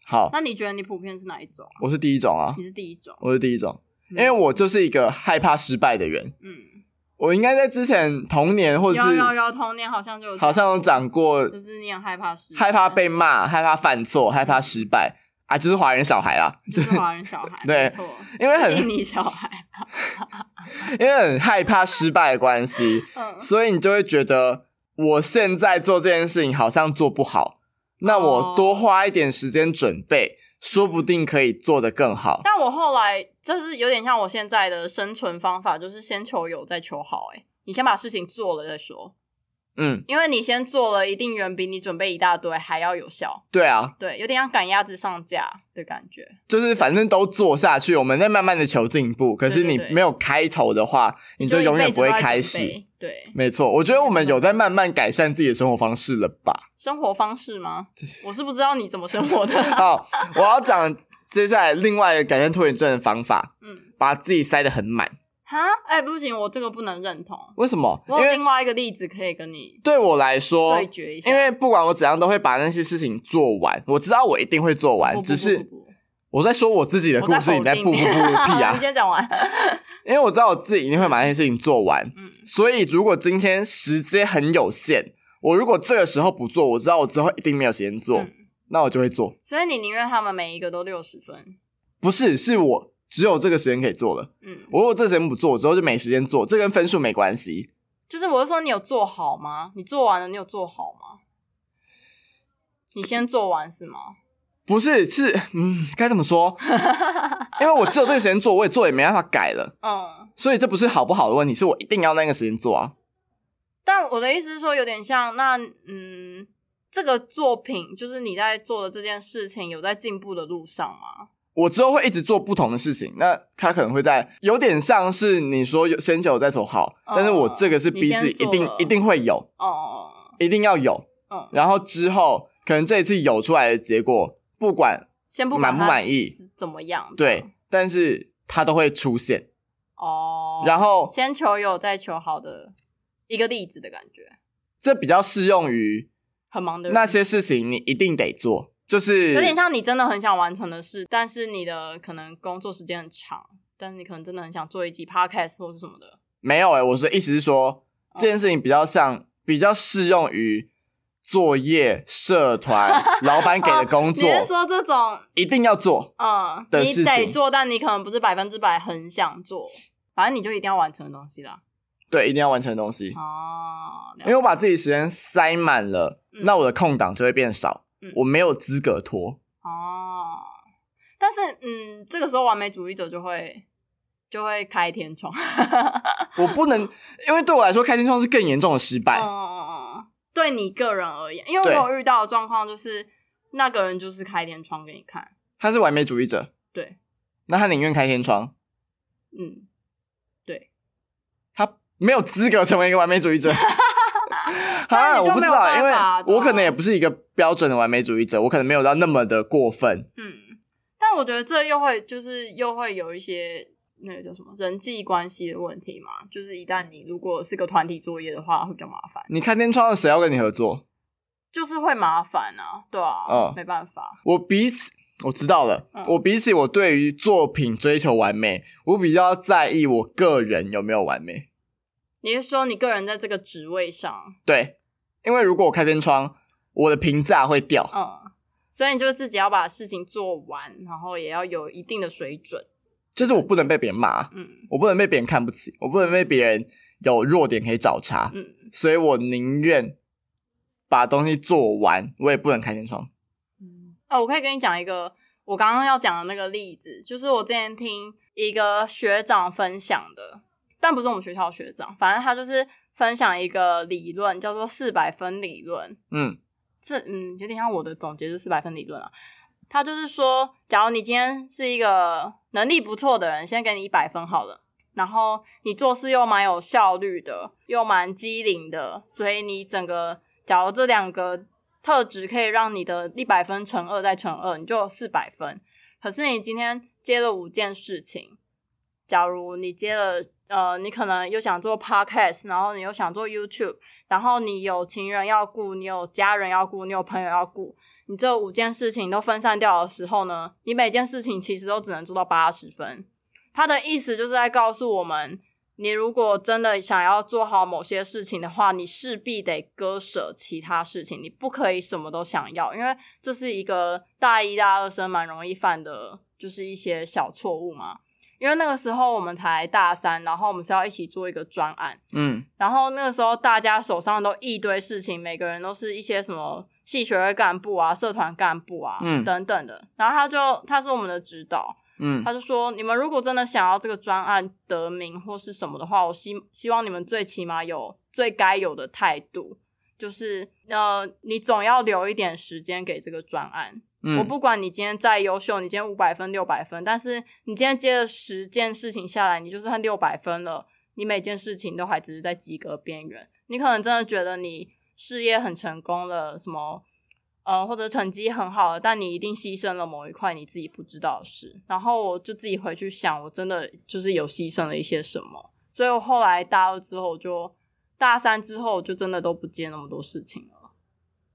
Speaker 1: 好，
Speaker 2: 那你觉得你普遍是哪一种啊？
Speaker 1: 我是第一种啊
Speaker 2: 你，是第一种，
Speaker 1: 我是第一种，因
Speaker 2: 嗯
Speaker 1: 为我就是一个害怕失败的人。
Speaker 2: 嗯，
Speaker 1: 我应该在之前童年或者
Speaker 2: 有
Speaker 1: 是
Speaker 2: 有有，童年好像就有
Speaker 1: 好像有讲过，
Speaker 2: 就是你很害怕失败，
Speaker 1: 害怕被骂，害怕犯错，害怕失败啊，就是华人小孩啦，
Speaker 2: 就是华人小孩，
Speaker 1: 对
Speaker 2: 没错，
Speaker 1: 因为很
Speaker 2: 印尼小 孩，
Speaker 1: 因为很害怕失败的关系，
Speaker 2: 嗯，
Speaker 1: 所以你就会觉得我现在做这件事情好像做不好，那我
Speaker 2: 哦
Speaker 1: 多花一点时间准备，说不定可以做得更好。
Speaker 2: 但我后来就是有点像我现在的生存方法，就是先求有再求好、欸。哎，你先把事情做了再说，
Speaker 1: 嗯，
Speaker 2: 因为你先做了，一定远比你准备一大堆还要有效。
Speaker 1: 对啊，
Speaker 2: 对，有点像赶鸭子上架的感觉。
Speaker 1: 就是反正都做下去，我们在慢慢的求进步。可是
Speaker 2: 对对
Speaker 1: 你
Speaker 2: 对
Speaker 1: 没有开头的话，你就永远不会开
Speaker 2: 就一辈子
Speaker 1: 始。
Speaker 2: 都在准备。对，
Speaker 1: 没错，我觉得我们有在慢慢改善自己的生活方式了吧？
Speaker 2: 生活方式吗？我是不知道你怎么生活 的。
Speaker 1: 好，我要讲接下来另外一个改善拖延症的方法，
Speaker 2: 嗯，
Speaker 1: 把自己塞得很满。
Speaker 2: 哈，哎、不行，我这个不能认同。
Speaker 1: 为什么？因
Speaker 2: 我有
Speaker 1: 为
Speaker 2: 另外一个例子可以跟你
Speaker 1: 对我来说，
Speaker 2: 对决一下，
Speaker 1: 因为不管我怎样都会把那些事情做完，我知道我一定会做完，
Speaker 2: 不不
Speaker 1: 只
Speaker 2: 不
Speaker 1: 是
Speaker 2: 不不
Speaker 1: 我在说我自己的
Speaker 2: 我
Speaker 1: 故事，
Speaker 2: 否
Speaker 1: 你在
Speaker 2: 定
Speaker 1: 不不不屁
Speaker 2: 你
Speaker 1: 啊！
Speaker 2: 先讲完。
Speaker 1: 因为我知道我自己一定会把那些事情做完，
Speaker 2: 嗯
Speaker 1: 所以如果今天时间很有限，我如果这个时候不做，我知道我之后一定没有时间做，
Speaker 2: 嗯
Speaker 1: 那我就会做。
Speaker 2: 所以你宁愿他们每一个都六十分，
Speaker 1: 不是，是我只有这个时间可以做了。
Speaker 2: 嗯，
Speaker 1: 我如果这时间不做，我之后就没时间做，这跟分数没关系。
Speaker 2: 就是我是说你有做好吗？你做完了，你有做好吗？你先做完是吗？
Speaker 1: 不是，是嗯，该怎么 说？因为我只有这个时间做，我也做也没办法改了，
Speaker 2: 嗯，
Speaker 1: 所以这不是好不好的问题，是我一定要那个时间做啊。
Speaker 2: 但我的意思是说，有点像那嗯，这个作品就是你在做的这件事情有在进步的路上吗？
Speaker 1: 我之后会一直做不同的事情，那他可能会在有点像是你说有先酒再走好，
Speaker 2: 嗯
Speaker 1: 但是我这个是逼自己
Speaker 2: 你先
Speaker 1: 一
Speaker 2: 做
Speaker 1: 定
Speaker 2: 了
Speaker 1: 一定会有，
Speaker 2: 哦、
Speaker 1: 一定要有，
Speaker 2: 嗯，
Speaker 1: 然后之后可能这一次有出来的结果，不管
Speaker 2: 先不管
Speaker 1: 满不
Speaker 2: 它
Speaker 1: 满意，
Speaker 2: 是怎么样？
Speaker 1: 对，但是它都会出现。
Speaker 2: 哦，
Speaker 1: 然后
Speaker 2: 先求有再求好的一个例子的感觉，
Speaker 1: 这比较适用于
Speaker 2: 很忙的人
Speaker 1: 那些事情，你一定得做，就是
Speaker 2: 有点像你真的很想完成的事，但是你的可能工作时间很长，但是你可能真的很想做一集 podcast 或是什么的。
Speaker 1: 没有哎、我说意思是
Speaker 2: 哦
Speaker 1: 说这件事情比较像，比较适用于作业、社 团、老板给的工
Speaker 2: 哦你
Speaker 1: 作，
Speaker 2: 是说这种
Speaker 1: 一定要做。
Speaker 2: 嗯，
Speaker 1: 的
Speaker 2: 你
Speaker 1: 事
Speaker 2: 得
Speaker 1: 情
Speaker 2: 做，但你可能不是百分之百很想做，反正你就一定要完成的东西啦。
Speaker 1: 对，一定要完成的东西。
Speaker 2: 哦，了
Speaker 1: 因为我把自己时间塞满了，
Speaker 2: 嗯
Speaker 1: 那我的空档就会变少，
Speaker 2: 嗯
Speaker 1: 我没有资格拖。
Speaker 2: 哦，但是嗯，这个时候完美主义者就会就会开天窗。
Speaker 1: 我不能，因为对我来说，开天窗是更严重的失败。
Speaker 2: 嗯，对你个人而言，因为
Speaker 1: 对
Speaker 2: 我有遇到的状况就是，那个人就是开天窗给你看，
Speaker 1: 他是完美主义者，
Speaker 2: 对，
Speaker 1: 那他宁愿开天窗，
Speaker 2: 嗯，
Speaker 1: 他没有资格成为一个完美主 义者。
Speaker 2: 那
Speaker 1: 啊，
Speaker 2: 你
Speaker 1: 我
Speaker 2: 就
Speaker 1: 不知
Speaker 2: 没有
Speaker 1: 道，
Speaker 2: 办
Speaker 1: 因
Speaker 2: 法
Speaker 1: 为我可能
Speaker 2: 对啊
Speaker 1: 也不是一个标准的完美主义者，我可能没有到那么的过分。
Speaker 2: 嗯，但我觉得这又会就是又会有一些那个叫什么人际关系的问题嘛，就是一旦你如果是个团体作业的话，会比较麻烦，
Speaker 1: 你开天窗，谁要跟你合作？
Speaker 2: 就是会麻烦啊，对啊，
Speaker 1: 嗯
Speaker 2: 没办法，
Speaker 1: 我比起我知道了，
Speaker 2: 嗯
Speaker 1: 我比起我对于作品追求完美，我比较在意我个人有没有完美。
Speaker 2: 你是说你个人在这个职位上，
Speaker 1: 对，因为如果我开天窗，我的评价会掉。
Speaker 2: 嗯，所以你就自己要把事情做完，然后也要有一定的水准，
Speaker 1: 就是我不能被别人骂，
Speaker 2: 嗯
Speaker 1: 我不能被别人看不起，我不能被别人有弱点可以找茬，
Speaker 2: 嗯。
Speaker 1: 所以我宁愿把东西做完，我也不能开天窗。
Speaker 2: 哦，我可以跟你讲一个我刚刚要讲的那个例子，就是我之前听一个学长分享的，但不是我们学校的学长，反正他就是分享一个理论，叫做四百分理论。
Speaker 1: 嗯
Speaker 2: 这嗯，有点像我的总结，就是四百分理论啊。他就是说，假如你今天是一个能力不错的人，先给你一百分好了，然后你做事又蛮有效率的，又蛮机灵的，所以你整个假如这两个特质可以让你的一百分乘二再乘二，你就有四百分。可是你今天接了五件事情，假如你接了呃，你可能又想做 podcast，然后你又想做 YouTube，然后你有情人要顾，你有家人要顾，你有朋友要顾，你这五件事情都分散掉的时候呢，你每件事情其实都只能做到八十分。他的意思就是在告诉我们，你如果真的想要做好某些事情的话，你势必得割舍其他事情，你不可以什么都想要，因为这是一个大一、大二生蛮容易犯的，就是一些小错误嘛。因为那个时候我们才大三，然后我们是要一起做一个专案，
Speaker 1: 嗯，
Speaker 2: 然后那个时候大家手上都一堆事情，每个人都是一些什么系学会干部啊、社团干部啊、
Speaker 1: 嗯
Speaker 2: 等等的。然后他就他是我们的指导，
Speaker 1: 嗯
Speaker 2: 他就说：你们如果真的想要这个专案得名或是什么的话，我希希望你们最起码有最该有的态度，就是呃，你总要留一点时间给这个专案。
Speaker 1: 嗯，
Speaker 2: 我不管你今天再优秀，你今天五百分、六百分，但是你今天接了十件事情下来，你就算六百分了，你每件事情都还只是在及格边缘。你可能真的觉得你事业很成功了，什么呃或者成绩很好了，但你一定牺牲了某一块你自己不知道的事。然后我就自己回去想，我真的就是有牺牲了一些什么。所以我后来大二之后我就大三之后，我就真的都不接那么多事情了。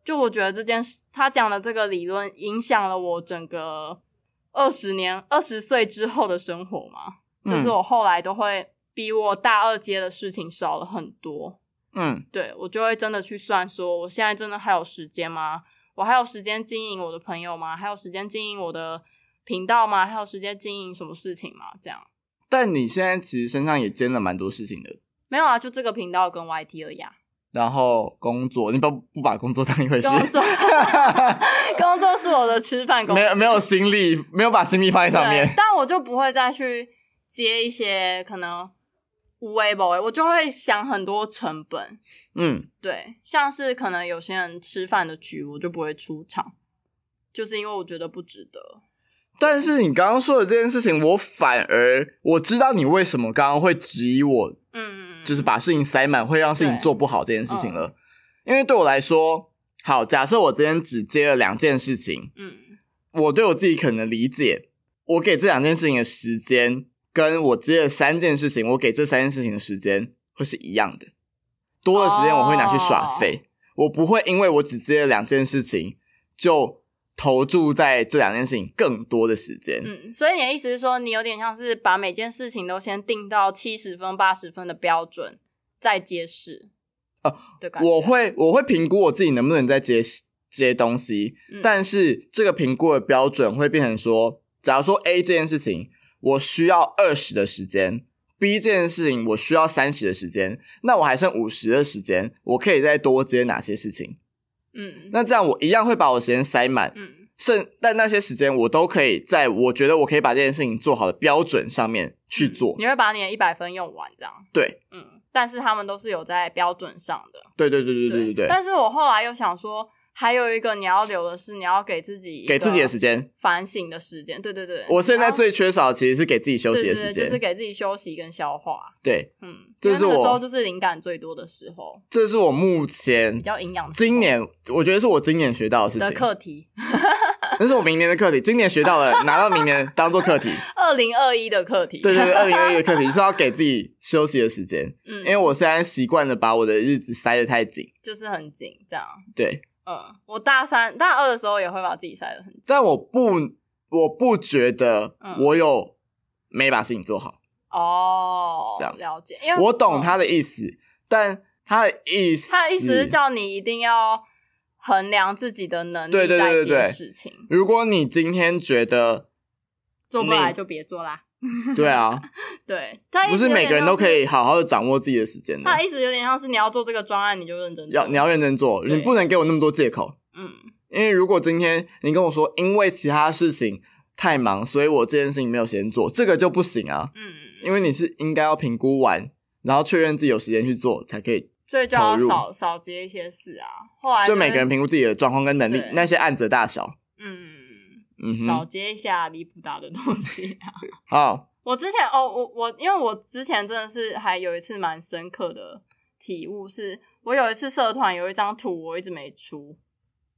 Speaker 2: 就我觉得这件事，他讲的这个理论影响了我整个二十年、二十岁之后的生活嘛。就是
Speaker 1: 嗯
Speaker 2: 我后来都会比我大二接的事情少了很多，
Speaker 1: 嗯
Speaker 2: 对我就会真的去算，说我现在真的还有时间吗？我还有时间经营我的朋友吗？还有时间经营我的频道吗？还有时间经营什么事情吗？这样
Speaker 1: 但你现在其实身上也兼了蛮多事情的，
Speaker 2: 没有啊，就这个频道跟 YT 而已、啊。
Speaker 1: 然后工作，你不不把工作当一回事，
Speaker 2: 工作，工作是我的吃饭工 作，
Speaker 1: 没有没有心力，没有把心力放在上
Speaker 2: 对
Speaker 1: 面。
Speaker 2: 但我就不会再去接一些可能无微不微，我就会想很多成本。
Speaker 1: 嗯，
Speaker 2: 对，像是可能有些人吃饭的局，我就不会出场，就是因为我觉得不值得。
Speaker 1: 但是你刚刚说的这件事情，我反而我知道你为什么刚刚会质疑我，
Speaker 2: 嗯，
Speaker 1: 就是把事情塞满会让事情
Speaker 2: 对嗯
Speaker 1: 做不好这件事情了。因为对我来说，好，假设我今天只接了两件事情，
Speaker 2: 嗯
Speaker 1: 我对我自己可能理解，我给这两件事情的时间，跟我接了三件事情，我给这三件事情的时间会是一样的。多的时间我会拿去
Speaker 2: 哦
Speaker 1: 耍废，我不会因为我只接了两件事情就投注在这两件事情更多的时间。
Speaker 2: 嗯，所以你的意思是说，你有点像是把每件事情都先定到七十分、八十分的标准，再揭示。
Speaker 1: 哦
Speaker 2: 的感觉，
Speaker 1: 我会我会评估我自己能不能再接接东西，
Speaker 2: 嗯
Speaker 1: 但是这个评估的标准会变成说，假如说 A 这件事情我需要二十的时间，B 这件事情我需要三十的时间，那我还剩五十的时间，我可以再多接哪些事情？
Speaker 2: 嗯
Speaker 1: 那这样我一样会把我时间塞满，
Speaker 2: 嗯
Speaker 1: 剩但那些时间我都可以在我觉得我可以把这件事情做好的标准上面去做。
Speaker 2: 嗯你会把你的一百分用完，这样。
Speaker 1: 对
Speaker 2: 嗯，但是他们都是有在标准上的。
Speaker 1: 对对对对对对对，
Speaker 2: 但是我后来又想说，还有一个你要留的是，你要给自己一
Speaker 1: 给自己的
Speaker 2: 个
Speaker 1: 时间。
Speaker 2: 反省的时间。对对对，
Speaker 1: 我现在
Speaker 2: 然后
Speaker 1: 最缺少的其实是给自己休息
Speaker 2: 对
Speaker 1: 的
Speaker 2: 对
Speaker 1: 时
Speaker 2: 对，
Speaker 1: 间，
Speaker 2: 就是给自己休息跟消化。
Speaker 1: 对，
Speaker 2: 嗯，
Speaker 1: 这
Speaker 2: 因为
Speaker 1: 是
Speaker 2: 那个
Speaker 1: 我
Speaker 2: 时候就是灵感最多的时候，
Speaker 1: 这是我目前
Speaker 2: 比较营养的时候。
Speaker 1: 今年，我觉得是我今年学到的事
Speaker 2: 的
Speaker 1: 情，
Speaker 2: 课题，
Speaker 1: 那是我明年的课题。今年学到了，拿到明年当做 课题。
Speaker 2: 二零二一的课题。
Speaker 1: 对对对，二零二一的课题是要给自己休息的时间，
Speaker 2: 嗯，
Speaker 1: 因为我现在习惯了把我的日子塞得太紧。
Speaker 2: 就是很紧这样。
Speaker 1: 对，
Speaker 2: 嗯，我大三、大二的时候也会把自己塞得很紧。
Speaker 1: 但我不，我不觉得
Speaker 2: 嗯
Speaker 1: 我有没把事情做好。
Speaker 2: 哦，
Speaker 1: 这样
Speaker 2: 了解，因为
Speaker 1: 我懂
Speaker 2: 嗯
Speaker 1: 他的意思，但他的意思，
Speaker 2: 他的意思是叫你一定要衡量自己的能力
Speaker 1: 对对对
Speaker 2: 来
Speaker 1: 对对
Speaker 2: 接事情，
Speaker 1: 如果你今天觉 得，
Speaker 2: 做不来
Speaker 1: 你
Speaker 2: 就别 做啦。
Speaker 1: 对啊，
Speaker 2: 对，他
Speaker 1: 不是每个人都可。以好好的掌握自己的时间的
Speaker 2: 他，的意思有点像是你要做这个专案，你就认真做
Speaker 1: 要你要认真做，
Speaker 2: 对
Speaker 1: 你不能给我那么多借口。
Speaker 2: 嗯
Speaker 1: 因为如果今天你跟我说因为其他事情太忙，所以我这件事情没有时间做，这个就不行啊。
Speaker 2: 嗯，
Speaker 1: 因为你是应该要评估完，然后确认自己有时间去做才可以。
Speaker 2: 所以就要
Speaker 1: 投入
Speaker 2: 少少接一些事啊。后来
Speaker 1: 就是每个人评估自己的状况跟能力
Speaker 2: 对，
Speaker 1: 那些案子的大小。
Speaker 2: 嗯
Speaker 1: 嗯
Speaker 2: 少
Speaker 1: 哼，
Speaker 2: 接一下离谱大的东西啊。
Speaker 1: 好，
Speaker 2: 我之前哦，我我因为我之前真的是还有一次蛮深刻的体悟是，我有一次社团有一张图我一直没出，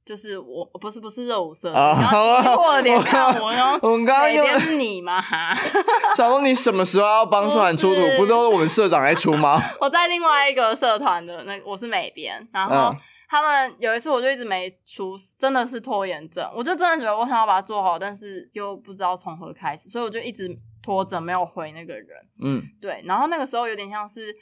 Speaker 2: 就是我不是不是热舞社，
Speaker 1: 啊
Speaker 2: 然 后你过了脸看我，然后
Speaker 1: 我们刚刚
Speaker 2: 哪
Speaker 1: 又
Speaker 2: 边是你吗？哈，
Speaker 1: 想说你什么时候要帮社团出图
Speaker 2: 不是？
Speaker 1: 不都是我们社长在出吗？
Speaker 2: 我在另外一个社团的那我是美编，然后
Speaker 1: 嗯
Speaker 2: 他们有一次我就一直没出，真的是拖延症，我就真的觉得我想要把它做好，但是又不知道从何开始，所以我就一直拖着没有回那个人。
Speaker 1: 嗯，
Speaker 2: 对，然后那个时候有点像是，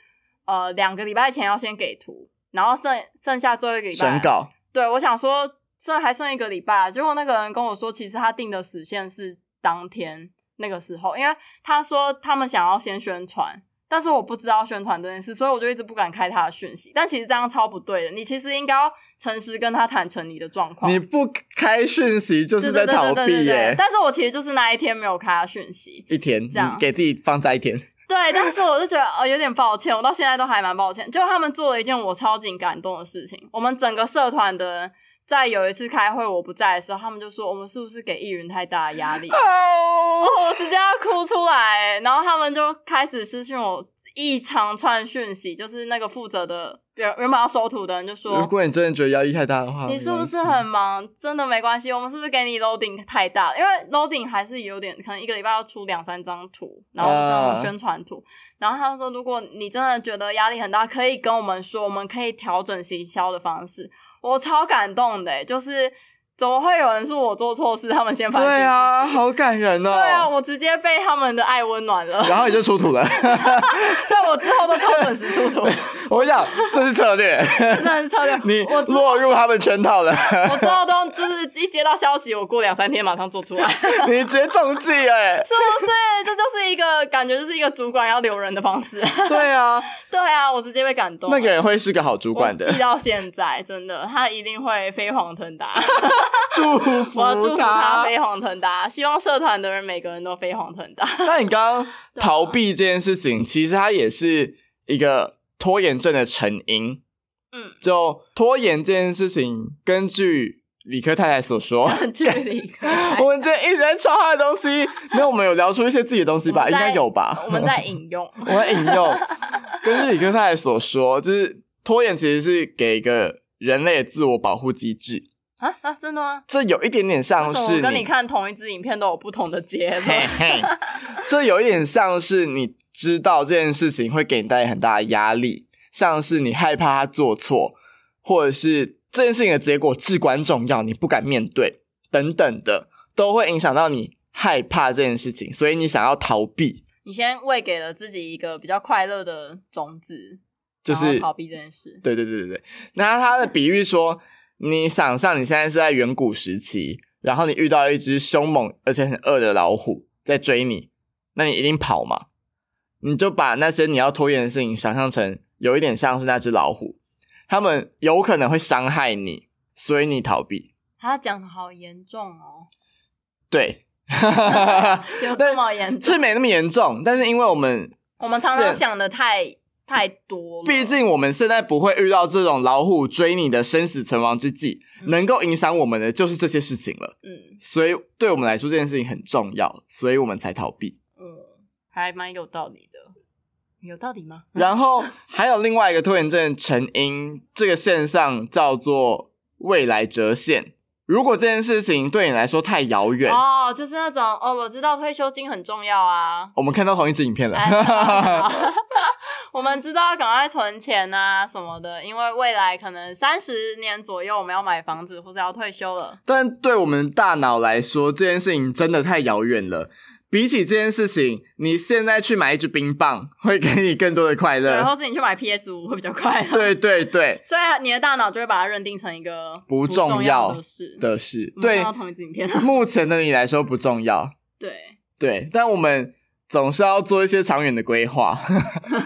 Speaker 2: 呃，两个礼拜前要先给图，然后剩剩下最后一个礼拜
Speaker 1: 审。稿
Speaker 2: 对，我想说剩还剩一个礼拜，结果那个人跟我说，其实他定的时限是当天那个时候，因为他说他们想要先宣传。但是我不知道宣传这件事，所以我就一直不敢开他的讯息。但其实这样超不对的，你其实应该要诚实跟他坦诚你的状况。
Speaker 1: 你不开讯息就是在
Speaker 2: 哦对对对
Speaker 1: 逃
Speaker 2: 对对
Speaker 1: 避
Speaker 2: 对
Speaker 1: 耶。
Speaker 2: 但是我其实就是那一天没有开他讯息，
Speaker 1: 一天，
Speaker 2: 这样
Speaker 1: 你给自己放假一 天。
Speaker 2: 对，但是我就觉得哦，有点抱歉，我到现在都还蛮抱歉。结果他们做了一件我超级感动的事情，我们整个社团的人在有一次开会我不在的时候，他们就说我们是不是给艺人太大的压力？
Speaker 1: 哦，
Speaker 2: 哦，我直接要哭出来欸，然后他们就开始私讯我一长串讯息，就是那个负责的原原本要收图的人就说
Speaker 1: 如果你真的觉得压力太大的话，
Speaker 2: 啊你是不是
Speaker 1: 没关系
Speaker 2: 很忙？真的没关系，我们是不是给你 loading 太大？因为 loading 还是有点，可能一个礼拜要出两三张图，然后那
Speaker 1: 啊
Speaker 2: 种宣传图。然后他就说，如果你真的觉得压力很大，可以跟我们说，我们可以调整行销的方式。我超感动的欸、就是怎么会有人说我做错事，他们先反省？
Speaker 1: 对啊，好感人哦。
Speaker 2: 对啊，我直接被他们的爱温暖了。
Speaker 1: 然后你就出土了。
Speaker 2: 对我之后都超准时出土，
Speaker 1: 我跟你讲，这是策 略，
Speaker 2: 真是策略。
Speaker 1: 你
Speaker 2: 我之
Speaker 1: 落入他们圈套 了，
Speaker 2: 我之后都就是一接到消息，我过两三天马上做出来，是
Speaker 1: 你直接中计哎、
Speaker 2: 不是？这就是一个感觉，就是一个主管要留人的方式。
Speaker 1: 对啊，
Speaker 2: 对啊，我直接被感动。
Speaker 1: 那个人会是个好主
Speaker 2: 我
Speaker 1: 管的
Speaker 2: 记，到现在，真的，他一定会飞黄 腾达。
Speaker 1: 祝
Speaker 2: 我要祝
Speaker 1: 福
Speaker 2: 福他飞黄腾达，希望社团的人每个人都飞黄腾达。
Speaker 1: 那你刚刚逃避这件事情，其实它也是一个拖延症的成因。
Speaker 2: 嗯，
Speaker 1: 就拖延这件事情，根据理科太太所说，
Speaker 2: 距离 可爱
Speaker 1: 我们这一直在抄他的东西，没有，我们有聊出一些自己的东西吧？
Speaker 2: 我们
Speaker 1: 应
Speaker 2: 在
Speaker 1: 该有吧？
Speaker 2: 我们在引用，
Speaker 1: 我们引用，根据理科太太所说，就是拖延其实是给一个人类的自我保护机制，
Speaker 2: 啊啊，真的吗？
Speaker 1: 这有一点点像
Speaker 2: 为什么
Speaker 1: 是
Speaker 2: 我跟你看同一支影片都有不同的结
Speaker 1: 嘿
Speaker 2: 论？
Speaker 1: 嘿， 这有一点像是你知道这件事情会给你带来很大的压力，像是你害怕他做错，或者是这件事情的结果至关重要，你不敢面对等等的，都会影响到你害怕这件事情，所以你想要逃避，
Speaker 2: 你先喂给了自己一个比较快乐的种子，
Speaker 1: 就
Speaker 2: 然
Speaker 1: 是
Speaker 2: 后逃避这件事。
Speaker 1: 对对对对对。那他的比喻说，你想象你现在是在远古时期，然后你遇到一只凶猛而且很饿的老虎在追你，那你一定跑嘛？你就把那些你要拖延的事情想象成有一点像是那只老虎，他们有可能会伤害你，所以你逃避。
Speaker 2: 他讲的好严重哦，
Speaker 1: 对，
Speaker 2: 有这
Speaker 1: 但
Speaker 2: 么严重？
Speaker 1: 是没那么严重，但是因为我们
Speaker 2: 我们常常
Speaker 1: 现
Speaker 2: 想的太太多了，
Speaker 1: 毕竟我们现在不会遇到这种老虎追你的生死存亡之际，
Speaker 2: 嗯
Speaker 1: 能够影响我们的就是这些事情了。
Speaker 2: 嗯
Speaker 1: 所以对我们来说这件事情很重要，所以我们才逃避。
Speaker 2: 嗯，还蛮有道理的，有道理吗？
Speaker 1: 然后还有另外一个拖延症的成因，这个现象叫做未来折现。如果这件事情对你来说太遥远，
Speaker 2: 哦，就是那种哦，我知道退休金很重 要啊，
Speaker 1: 我们看到同一支影片
Speaker 2: 哎知道
Speaker 1: 了，
Speaker 2: 知道 我们知道要赶快存钱啊什么的，因为未来可能三十年左右我们要买房子或者要退休了。
Speaker 1: 但对我们大脑来说，这件事情真的太遥远了。比起这件事情，你现在去买一支冰棒，会给你更多的快
Speaker 2: 对，
Speaker 1: 乐。
Speaker 2: 或是你去买 PS 五会比较快乐。，
Speaker 1: 对对对
Speaker 2: 所以你的大脑就会把它认定成一个
Speaker 1: 不重
Speaker 2: 重
Speaker 1: 要
Speaker 2: 的事。，
Speaker 1: 的是，
Speaker 2: 我们
Speaker 1: 对
Speaker 2: 看到同一支影啊片。
Speaker 1: 目前的你来说不重要，
Speaker 2: 对，
Speaker 1: 对，但我们总是要做一些长远的规 划。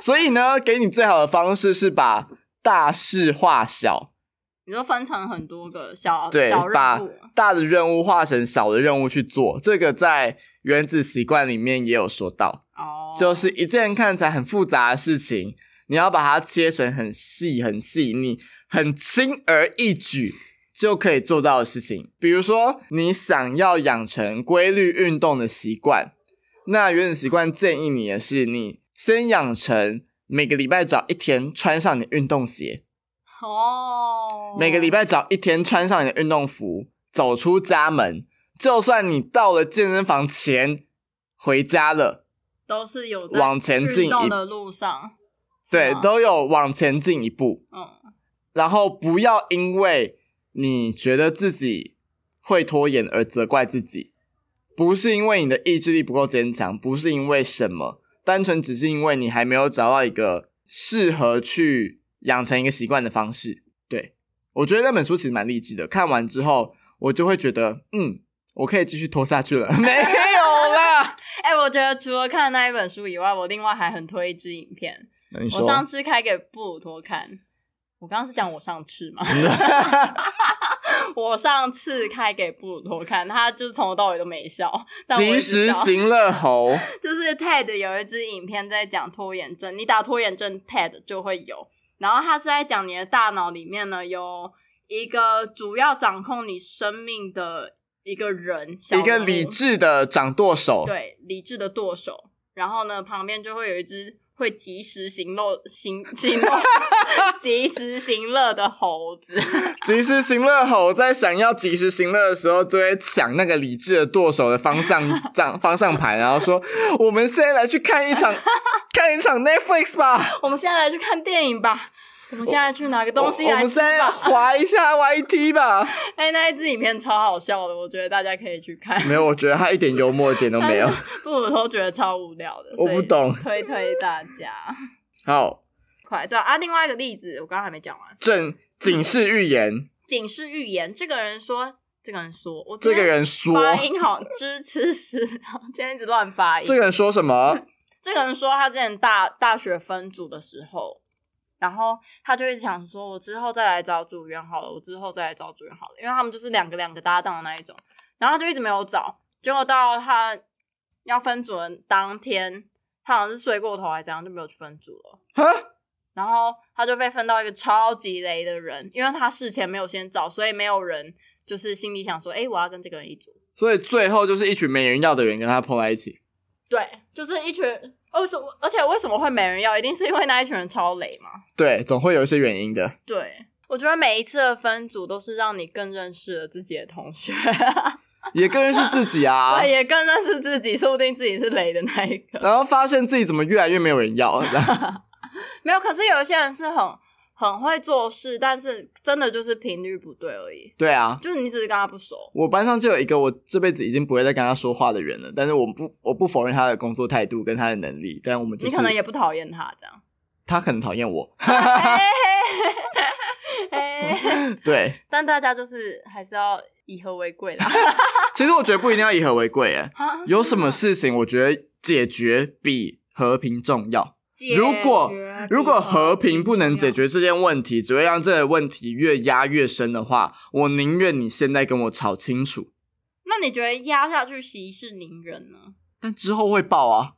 Speaker 1: 所以呢，给你最好的方式是把大事化小，
Speaker 2: 你说分成很多个小
Speaker 1: 对
Speaker 2: 小，
Speaker 1: 把
Speaker 2: 任务，啊
Speaker 1: 大的任务化成小的任务去做。这个在《原子习惯》里面也有说到，
Speaker 2: 哦，
Speaker 1: 就是一件看起来很复杂的事情，你要把它切成很细、很细腻、很轻而易举。就可以做到的事情，比如说你想要养成规律运动的习惯，那原子习惯建议你的是，你先养成每个礼拜找一天穿上你的运动鞋，
Speaker 2: 哦，
Speaker 1: 每个礼拜找一天穿上你的运动服，走出家门。就算你到了健身房前回家了，
Speaker 2: 都是有在
Speaker 1: 往前进
Speaker 2: 运
Speaker 1: 一
Speaker 2: 动的路上，
Speaker 1: 对
Speaker 2: 是吗，
Speaker 1: 都有往前进一步。
Speaker 2: 嗯
Speaker 1: 然后不要因为你觉得自己会拖延而责怪自己，不是因为你的意志力不够坚强，不是因为什么，单纯只是因为你还没有找到一个适合去养成一个习惯的方式。对我觉得那本书其实蛮励志的，看完之后我就会觉得，嗯，我可以继续拖下去了。 没有啦，
Speaker 2: 哎、我觉得除了看那一本书以外，我另外还很推一支影片，
Speaker 1: 那你
Speaker 2: 我上
Speaker 1: 说，
Speaker 2: 次开给布鲁托看。 我刚刚是讲我上次嘛， 我上次开给布鲁托看，他就是从头到尾都没笑。但我一
Speaker 1: 及
Speaker 2: 直
Speaker 1: 时
Speaker 2: 笑
Speaker 1: 行乐猴，
Speaker 2: 就是 TED 有一支影片在讲拖延症，你打拖延症 TED 就会有。然后它是在讲你的大脑里面呢有一个主要掌控你生命的一个人，小
Speaker 1: 一个
Speaker 2: 人物
Speaker 1: 理智的掌舵手。
Speaker 2: 对理智的舵手。然后呢，旁边就会有一只会及时行乐、行行乐、 及时行乐的猴子。
Speaker 1: 及时行乐猴在想要及时行乐的时候，就会抢那个理智的舵手的方向 掌方向盘，然后说：“我 们现在来去看一场看一场 Netflix 吧。
Speaker 2: 我们现在来去看电影吧。”我们现在去拿个
Speaker 1: 我
Speaker 2: 东西
Speaker 1: 我
Speaker 2: 来
Speaker 1: 们
Speaker 2: 吃
Speaker 1: 现在
Speaker 2: 吧。
Speaker 1: 划一下 YT 吧。
Speaker 2: 哎，那一支影片超好笑的，我觉得大家可以去看。
Speaker 1: 没有，我觉得他一点幽默一点都 没有。
Speaker 2: 不，我都觉得超无聊的。
Speaker 1: 我不懂
Speaker 2: 所以推推大家。
Speaker 1: 好，
Speaker 2: 快对啊啊！另外一个例子，我刚刚还没讲完，
Speaker 1: 正警示预言，
Speaker 2: 警示预言。这个人说，这个人说，我今
Speaker 1: 这
Speaker 2: 天
Speaker 1: 个人说，
Speaker 2: 发音好支持是，今天一直乱发音。
Speaker 1: 这个人说什么？
Speaker 2: 这个人说他之前大大学分组的时候，然后他就一直想说，我之后再来找组员好了，我之后再来找组员好了，因为他们就是两个两个搭档的那一种，然后他就一直没有找，结果到他要分组的当天，他好像是睡过头还是怎样，就没有去分组了。
Speaker 1: 哈，
Speaker 2: 然后他就被分到一个超级雷的人，因为他事前没有先找，所以没有人就是心里想说，哎、我要跟这个人一组。
Speaker 1: 所以最后就是一群没人要的人跟他碰在一起。
Speaker 2: 对，就是一群，为什么？而且为什么会没人要？一定是因为那一群人超雷嘛。
Speaker 1: 对，总会有一些原因的。
Speaker 2: 对，我觉得每一次的分组都是让你更认识了自己的同学，
Speaker 1: 也更认识自己啊
Speaker 2: 对，。也更认识自己，说不定自己是雷的那一个。
Speaker 1: 然后发现自己怎么越来越没有人要，然后
Speaker 2: 没有，可是有一些人是很很会做事，但是真的就是频率不对而已，
Speaker 1: 对啊，
Speaker 2: 就是你只是跟他不熟。
Speaker 1: 我班上就有一个我这辈子已经不会再跟他说话的人了，但是我不我不否认他的工作态度跟他的能力，但我们就
Speaker 2: 你
Speaker 1: 是
Speaker 2: 可能也不讨厌他 这样，
Speaker 1: 他很讨厌我，
Speaker 2: 哎嘿嘿嘿
Speaker 1: 哎
Speaker 2: 嘿
Speaker 1: 对，
Speaker 2: 但大家就是还是要以和为贵啦。
Speaker 1: 其实我觉得不一定要以和为贵，哎，
Speaker 2: 啊
Speaker 1: 有什么事情我觉得解决比和平重要。如果
Speaker 2: 啊
Speaker 1: 如果和平不能解，决这件问题，只会让这个问题越压越深的话，我宁愿你现在跟我吵清楚，
Speaker 2: 那你觉得压下去息事宁人呢？
Speaker 1: 但之后会爆啊！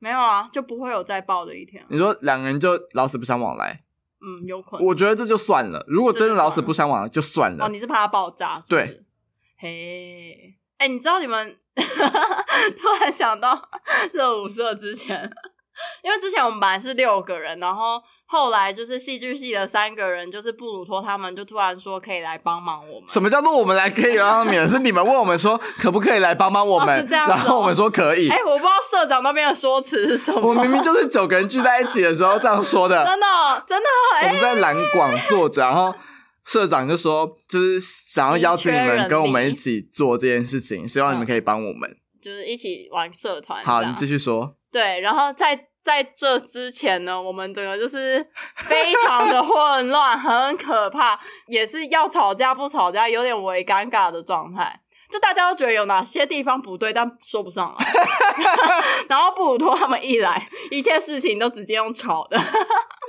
Speaker 2: 没有啊，就不会有再爆的一天啊。
Speaker 1: 你说两个人就老死不相往来，
Speaker 2: 嗯，有可能。
Speaker 1: 我觉得这就算了。如果真的老死不相往来，就算
Speaker 2: 哦，
Speaker 1: 了。
Speaker 2: 你是怕它爆炸是不是？
Speaker 1: 对。
Speaker 2: 嘿，哎、你知道你们 突然想到热舞社之前，因为之前我们本来是六个人，然后后来就是戏剧系的三个人，就是布鲁托他们就突然说可以来帮忙我们。
Speaker 1: 什么叫做我们来可以帮 你们？是你们问我们说可不可以来帮帮我
Speaker 2: 哦
Speaker 1: 们，
Speaker 2: 是这样子哦
Speaker 1: 然后我们说可以
Speaker 2: 哎、。我不知道社长那边的说辞是什么。
Speaker 1: 我明明就是九个人聚在一起的时候这样说的，
Speaker 2: 真的哦真的哦
Speaker 1: 我
Speaker 2: 哎、
Speaker 1: 们在蓝广坐着，然后社长就说，就是想要邀请你们跟我们一起做这件事情，希望你
Speaker 2: 嗯
Speaker 1: 们可以帮我们。
Speaker 2: 就是一起玩社团。
Speaker 1: 好，
Speaker 2: 这样
Speaker 1: 你继续说。
Speaker 2: 对，然后在在这之前呢，我们整个就是非常的混乱，很可怕，也是要吵架不吵架，有点微尴尬的状态。就大家都觉得有哪些地方不对，但说不上来。 然后布鲁托他们一来，一切事情都直接用吵的，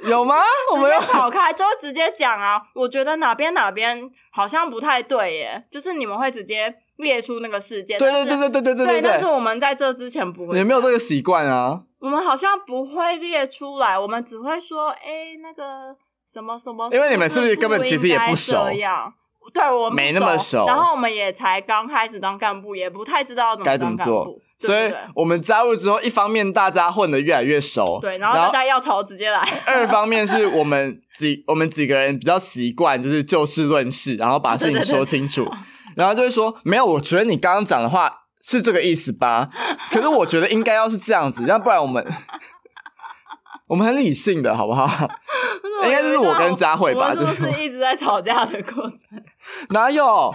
Speaker 1: 有吗？ 我们
Speaker 2: 直
Speaker 1: 要
Speaker 2: 接吵开，就会直接讲啊。我觉得哪边哪边好像不太对耶，就是你们会直接列出那个事件。
Speaker 1: 对
Speaker 2: 但
Speaker 1: 对对
Speaker 2: 是
Speaker 1: 对对对
Speaker 2: 对
Speaker 1: 对
Speaker 2: 但是
Speaker 1: 对，
Speaker 2: 我们在这之前不会。
Speaker 1: 你没有这个习惯啊？
Speaker 2: 我们好像不会列出来，我们只会说，哎、那个什么什么，
Speaker 1: 因为你们是
Speaker 2: 是
Speaker 1: 不是根本其实也不
Speaker 2: 不
Speaker 1: 熟
Speaker 2: 应该这样对，我们不
Speaker 1: 没那么熟
Speaker 2: 然后我们也才刚开始当干部，也不太知道怎
Speaker 1: 该
Speaker 2: 么
Speaker 1: 怎么
Speaker 2: 当干
Speaker 1: 做
Speaker 2: 部，
Speaker 1: 所
Speaker 2: 对
Speaker 1: 以
Speaker 2: 对对
Speaker 1: 我们加入之后，一方面大家混得越来越熟，
Speaker 2: 对，然后大家要吵直接 来，
Speaker 1: 二方面是我们几我们几个人比较习惯，就是就事论事，然后把事情说清
Speaker 2: 哦
Speaker 1: 楚，然后就会说没有，我觉得你刚刚讲的话是这个意思 吧？可是我觉得应该要是这样子，要不然我们我们很理性的好不好？应该就是我跟佳慧吧
Speaker 2: 我们是
Speaker 1: 就
Speaker 2: 不
Speaker 1: 是
Speaker 2: 是一直在吵架的过 程？
Speaker 1: 哪有？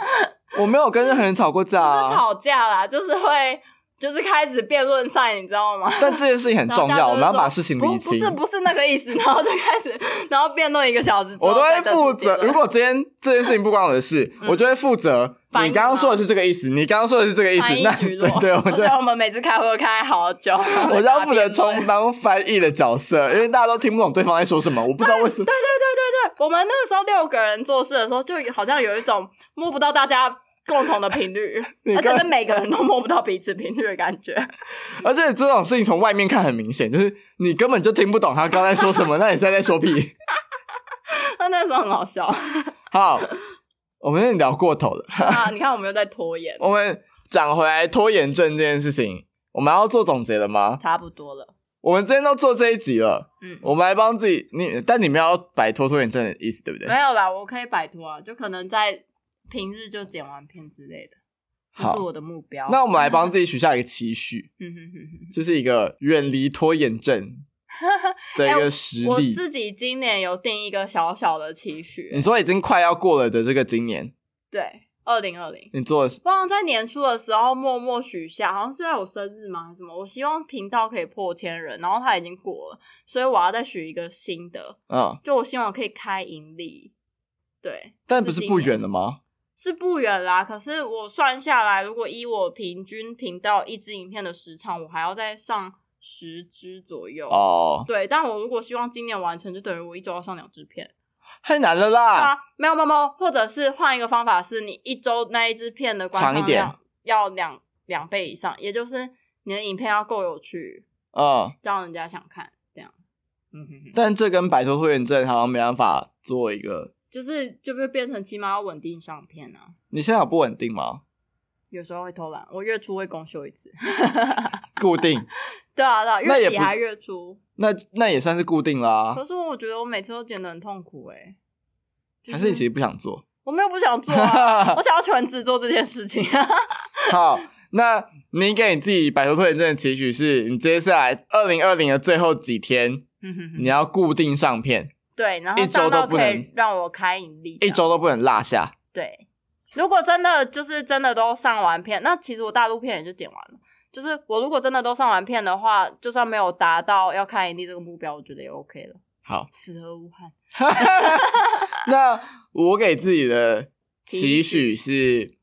Speaker 1: 我没有跟任何人吵过架、
Speaker 2: 不是
Speaker 1: 啊，
Speaker 2: 吵架啦，就是会。就是开始辩论赛，你知道吗？
Speaker 1: 但这件事情 很
Speaker 2: 然后
Speaker 1: 重
Speaker 2: 大家
Speaker 1: 要，我
Speaker 2: 就会
Speaker 1: 们要
Speaker 2: 说
Speaker 1: 把事情
Speaker 2: 不
Speaker 1: 理
Speaker 2: 不
Speaker 1: 清
Speaker 2: 是。不是那个意思，然后就开始，然后辩论一个小时之后
Speaker 1: 我都
Speaker 2: 再
Speaker 1: 会
Speaker 2: 得出结论，
Speaker 1: 负责。如果今天这件事情不关我的事，我就会负责。
Speaker 2: 嗯反
Speaker 1: 你
Speaker 2: 应
Speaker 1: 刚刚
Speaker 2: 吗
Speaker 1: 说的是这个意思，你刚刚说的是这个意思
Speaker 2: 翻，译
Speaker 1: 那
Speaker 2: 局
Speaker 1: 对
Speaker 2: 落。
Speaker 1: 对，我
Speaker 2: 我
Speaker 1: 就
Speaker 2: 觉得我们每次开会都开好久，
Speaker 1: 我
Speaker 2: 我
Speaker 1: 就要负责充。当翻译的角色，因为大家都听不懂对方在说什么，我不知道为 什么。
Speaker 2: 我们那个时候六个人做事的时候，就好像有一种摸不到大家共同的频率
Speaker 1: 你，
Speaker 2: 而且
Speaker 1: 刚
Speaker 2: 是每个人都摸不到彼此频率的感觉。
Speaker 1: 而且这种事情从外面看很明显，就是你根本就听不懂他刚才说什么，那你现在在说屁。
Speaker 2: 那那时候很 好笑
Speaker 1: 好，我们有点聊过头了。
Speaker 2: 啊！你看我们又在拖延，
Speaker 1: 我们讲回来拖延症这件事情，我们要做总结了吗？
Speaker 2: 差不多了。
Speaker 1: 我们之前都做这一集了，
Speaker 2: 嗯，
Speaker 1: 我们来帮自己。你但你们要摆脱拖延症的意思，对不对？
Speaker 2: 没有啦，我可以摆脱啊，就可能在平日就剪完片之类的，这
Speaker 1: 好
Speaker 2: 是我的目标。嗯
Speaker 1: 那我们来帮自己许下一个期许，
Speaker 2: 哼哼哼哼
Speaker 1: 就是一个远离拖延症的一
Speaker 2: 哎
Speaker 1: 个实
Speaker 2: 我
Speaker 1: 力。
Speaker 2: 自己今年有定一个小小的期许，
Speaker 1: 你说已经快要过了的这个今年，
Speaker 2: 对，二零二零。
Speaker 1: 你做了
Speaker 2: 我好像在年初的时候默默许下，好像是在我生日吗还是什么？我希望频道可以破千人，然后它已经过了，所以我要再许一个新的，
Speaker 1: 嗯，
Speaker 2: 就我希望我可以开盈利。对，
Speaker 1: 但不是不远了
Speaker 2: 吗？
Speaker 1: 吗？
Speaker 2: 是不远啦，可是我算下来，如果依我平均频道一支影片的时长，我还要再上十支左右。
Speaker 1: 哦，
Speaker 2: 对，但我如果希望今年完成，就等于我一周要上两支片。
Speaker 1: 太难了啦！
Speaker 2: 啊，没有没有，没有或者是换一个方法，是你一周那一支片的观
Speaker 1: 长一
Speaker 2: 看
Speaker 1: 点
Speaker 2: 量要两两倍以上，也就是你的影片要够有趣，
Speaker 1: 嗯，
Speaker 2: 让人家想看，这样。嗯哼哼，
Speaker 1: 但这跟摆脱拖延症好像没办法做一个。
Speaker 2: 就是就会变成起码要稳定上片啊。
Speaker 1: 你现在有不稳定吗？
Speaker 2: 有时候会偷懒，我月初会公休一次。
Speaker 1: 固定，
Speaker 2: 对啊，对啊，
Speaker 1: 那也
Speaker 2: 月底
Speaker 1: 不
Speaker 2: 还月初。
Speaker 1: 那那也算是固定啦
Speaker 2: 可。是我觉得我每次都剪得很痛苦哎、就
Speaker 1: 还是你其实不想做？
Speaker 2: 我没有不想做啊， 我想要全职做这件事情。
Speaker 1: 好，那你给你自己摆脱拖延症的期许是，你接下来二零二零的最后几天，
Speaker 2: 嗯
Speaker 1: 你要固定上片，
Speaker 2: 对，然后
Speaker 1: 一周
Speaker 2: 上
Speaker 1: 都
Speaker 2: 到
Speaker 1: 不
Speaker 2: 可以
Speaker 1: 能
Speaker 2: 让我开盈利，
Speaker 1: 一周都不能落下。
Speaker 2: 对，如果真的就是真的都上完片，那其实我大陆片也就剪完了。就是我如果真的都上完片的话，就算没有达到要看盈利这个目标，我觉得也 OK 了，
Speaker 1: 好，
Speaker 2: 死而无憾。
Speaker 1: 那我给自己的期
Speaker 2: 期
Speaker 1: 许是，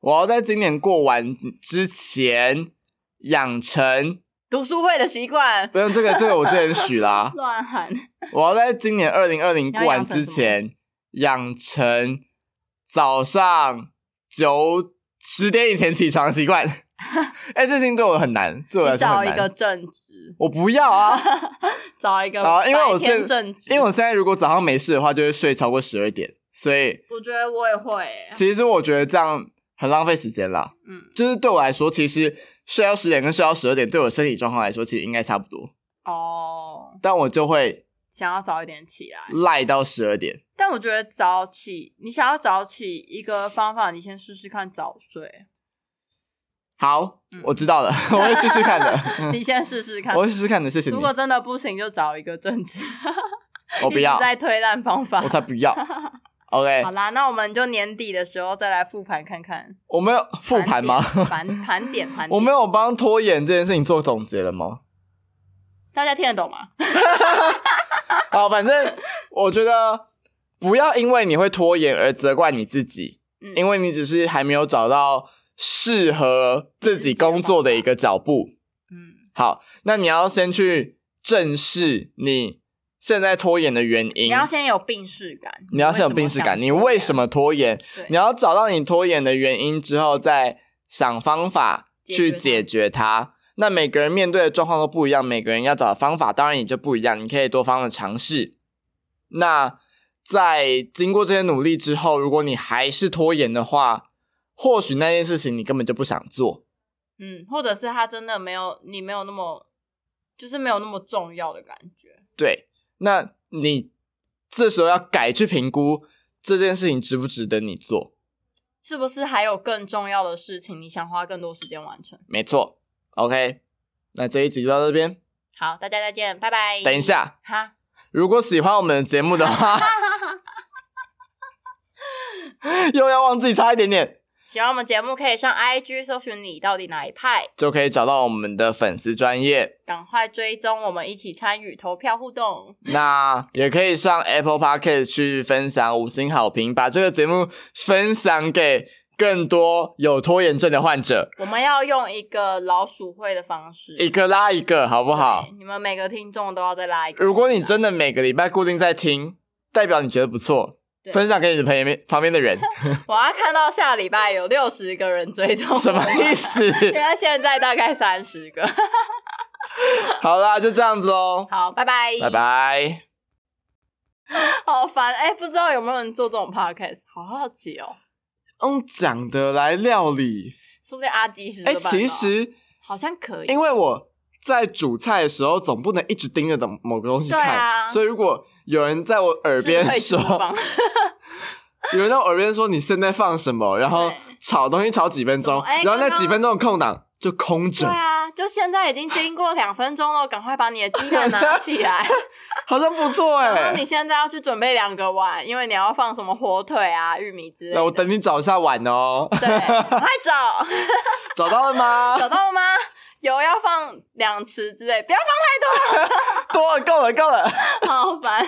Speaker 1: 我要在今年过完之前养成，
Speaker 2: 读书会的习惯，，
Speaker 1: 不用这个这个我之前许啦
Speaker 2: 乱喊，
Speaker 1: 我要在今年二零二零
Speaker 2: 要
Speaker 1: 过完
Speaker 2: 养成
Speaker 1: 之
Speaker 2: 什么
Speaker 1: 前养成早上九十点以前起床的习 惯。哎、这事情对我很难， 对我啊来
Speaker 2: 你
Speaker 1: 说
Speaker 2: 找
Speaker 1: 很
Speaker 2: 一个
Speaker 1: 难。
Speaker 2: 正职，
Speaker 1: 我不要啊，
Speaker 2: 找一个
Speaker 1: 啊因为我
Speaker 2: 白天
Speaker 1: 是
Speaker 2: 正职，
Speaker 1: 因为我现在如果早上没事的话，就会睡超过十二点，所以
Speaker 2: 我觉得我也会欸、
Speaker 1: 其实我觉得这样很浪费时间啦。
Speaker 2: 嗯，
Speaker 1: 就是对我来说，其实睡到十点跟睡到十二点，对我身体状况来说，其实应该差不多，
Speaker 2: 哦，
Speaker 1: 但我就会
Speaker 2: 想要早一点起来，
Speaker 1: 赖到十二点。
Speaker 2: 但我觉得早起，你想要早起一个方法，你先试试看早睡，
Speaker 1: 好，
Speaker 2: 嗯
Speaker 1: 我知道了， 我会试试看的。
Speaker 2: 你先试试看
Speaker 1: 嗯我。会试试看的，谢谢你
Speaker 2: 如。果真的不行，就找一个正职。
Speaker 1: 我不要
Speaker 2: 一直，在推烂方法
Speaker 1: 我。才不要。OK，
Speaker 2: 好啦，那我们就年底的时候再来复盘看看。
Speaker 1: 我没有复盘吗？
Speaker 2: 盘点盘点盘点，
Speaker 1: 我没有帮拖延这件事情做总结了吗？
Speaker 2: 大家听得懂吗？
Speaker 1: 好，反正我觉得不要因为你会拖延而责怪你自己，
Speaker 2: 嗯
Speaker 1: 因为你只是还没有找到适合自己工作的一个脚步。
Speaker 2: 嗯
Speaker 1: 好，那你要先去正视你现在拖延的原
Speaker 2: 你
Speaker 1: 因。
Speaker 2: 要先有病视感，
Speaker 1: 你要先有病耻感，你为什
Speaker 2: 么
Speaker 1: 么拖延？
Speaker 2: 想？
Speaker 1: 你
Speaker 2: 要
Speaker 1: 要找到你拖延的原因之后，再想方法去解决它。那每个人面对的状况都不一样，每个人要找的方法当然也就不一样。你可以多方的尝试。那在经过这些努力之后，如果你还是拖延的话，或许那件事情你根本就不想做。
Speaker 2: 嗯，或者是他真的没有你没有那么，就是没有那么重要的感觉。
Speaker 1: 对，那你这时候要改去评估这件事情值不值得你做。
Speaker 2: 是不是还有更重要的事情，你想花更多时间完成？
Speaker 1: 没错，OK。那这一集就到这边。
Speaker 2: 好，大家再见，拜拜。
Speaker 1: 等一，下，
Speaker 2: 哈，
Speaker 1: 如果喜欢我们的节目的话，又要忘记差一点点，
Speaker 2: 喜欢我们节目可以上 IG 搜寻你到底哪一派，
Speaker 1: 就可以找到我们的粉丝专业。
Speaker 2: 赶快追踪我们一起参与投票互动。
Speaker 1: 那也可以上 Apple Podcast 去分享五星好评，把这个节目分享给更多有拖延症的患者，
Speaker 2: 我们要用一个老鼠会的方式，
Speaker 1: 一个拉一个，好不好
Speaker 2: 对？你们每个听众都要再 拉一个。
Speaker 1: 如果你真的每个礼拜固定在听，代表你觉得不错，
Speaker 2: 对
Speaker 1: 分享给你的朋友们旁边的 人，
Speaker 2: 我要看到下礼拜有六十个人追踪，
Speaker 1: 什么意？ 思？
Speaker 2: 因为现在大概三十个。
Speaker 1: 好啦，就这样子喽，
Speaker 2: 好，拜拜，
Speaker 1: 拜，拜。
Speaker 2: 好烦哎、不知道有没有人做这种 podcast，好好奇哦。
Speaker 1: 用讲的来料理。
Speaker 2: 说不定阿基师
Speaker 1: 哎、
Speaker 2: 都办
Speaker 1: 其
Speaker 2: 到
Speaker 1: 实
Speaker 2: 好像可以，
Speaker 1: 因为我在煮菜的时候，总不能一直盯着某某个东西
Speaker 2: 对
Speaker 1: 看，
Speaker 2: 啊
Speaker 1: 所以如果有人在我耳
Speaker 2: 智
Speaker 1: 边
Speaker 2: 慧厨
Speaker 1: 说，
Speaker 2: 房
Speaker 1: 有人在我耳边说你现在放什么，然后
Speaker 2: 对
Speaker 1: 炒东西炒几分
Speaker 2: 什
Speaker 1: 钟，
Speaker 2: 么哎
Speaker 1: 然后那
Speaker 2: 刚刚
Speaker 1: 几分钟的空档就空
Speaker 2: 对
Speaker 1: 着，
Speaker 2: 啊，就现在已经经过两分钟了，赶快把你的鸡蛋拿起来。
Speaker 1: 好像不错
Speaker 2: 然
Speaker 1: 哎、
Speaker 2: 后你现在要去准备两个碗，因为你要放什么火腿啊、玉米之类
Speaker 1: 那我
Speaker 2: 的。
Speaker 1: 等你找一下碗哦，
Speaker 2: 对，赶快找，
Speaker 1: 找到了吗？
Speaker 2: 找到了吗？油要放两匙之类，不要
Speaker 1: 多了，够了，够了。
Speaker 2: 放好烦。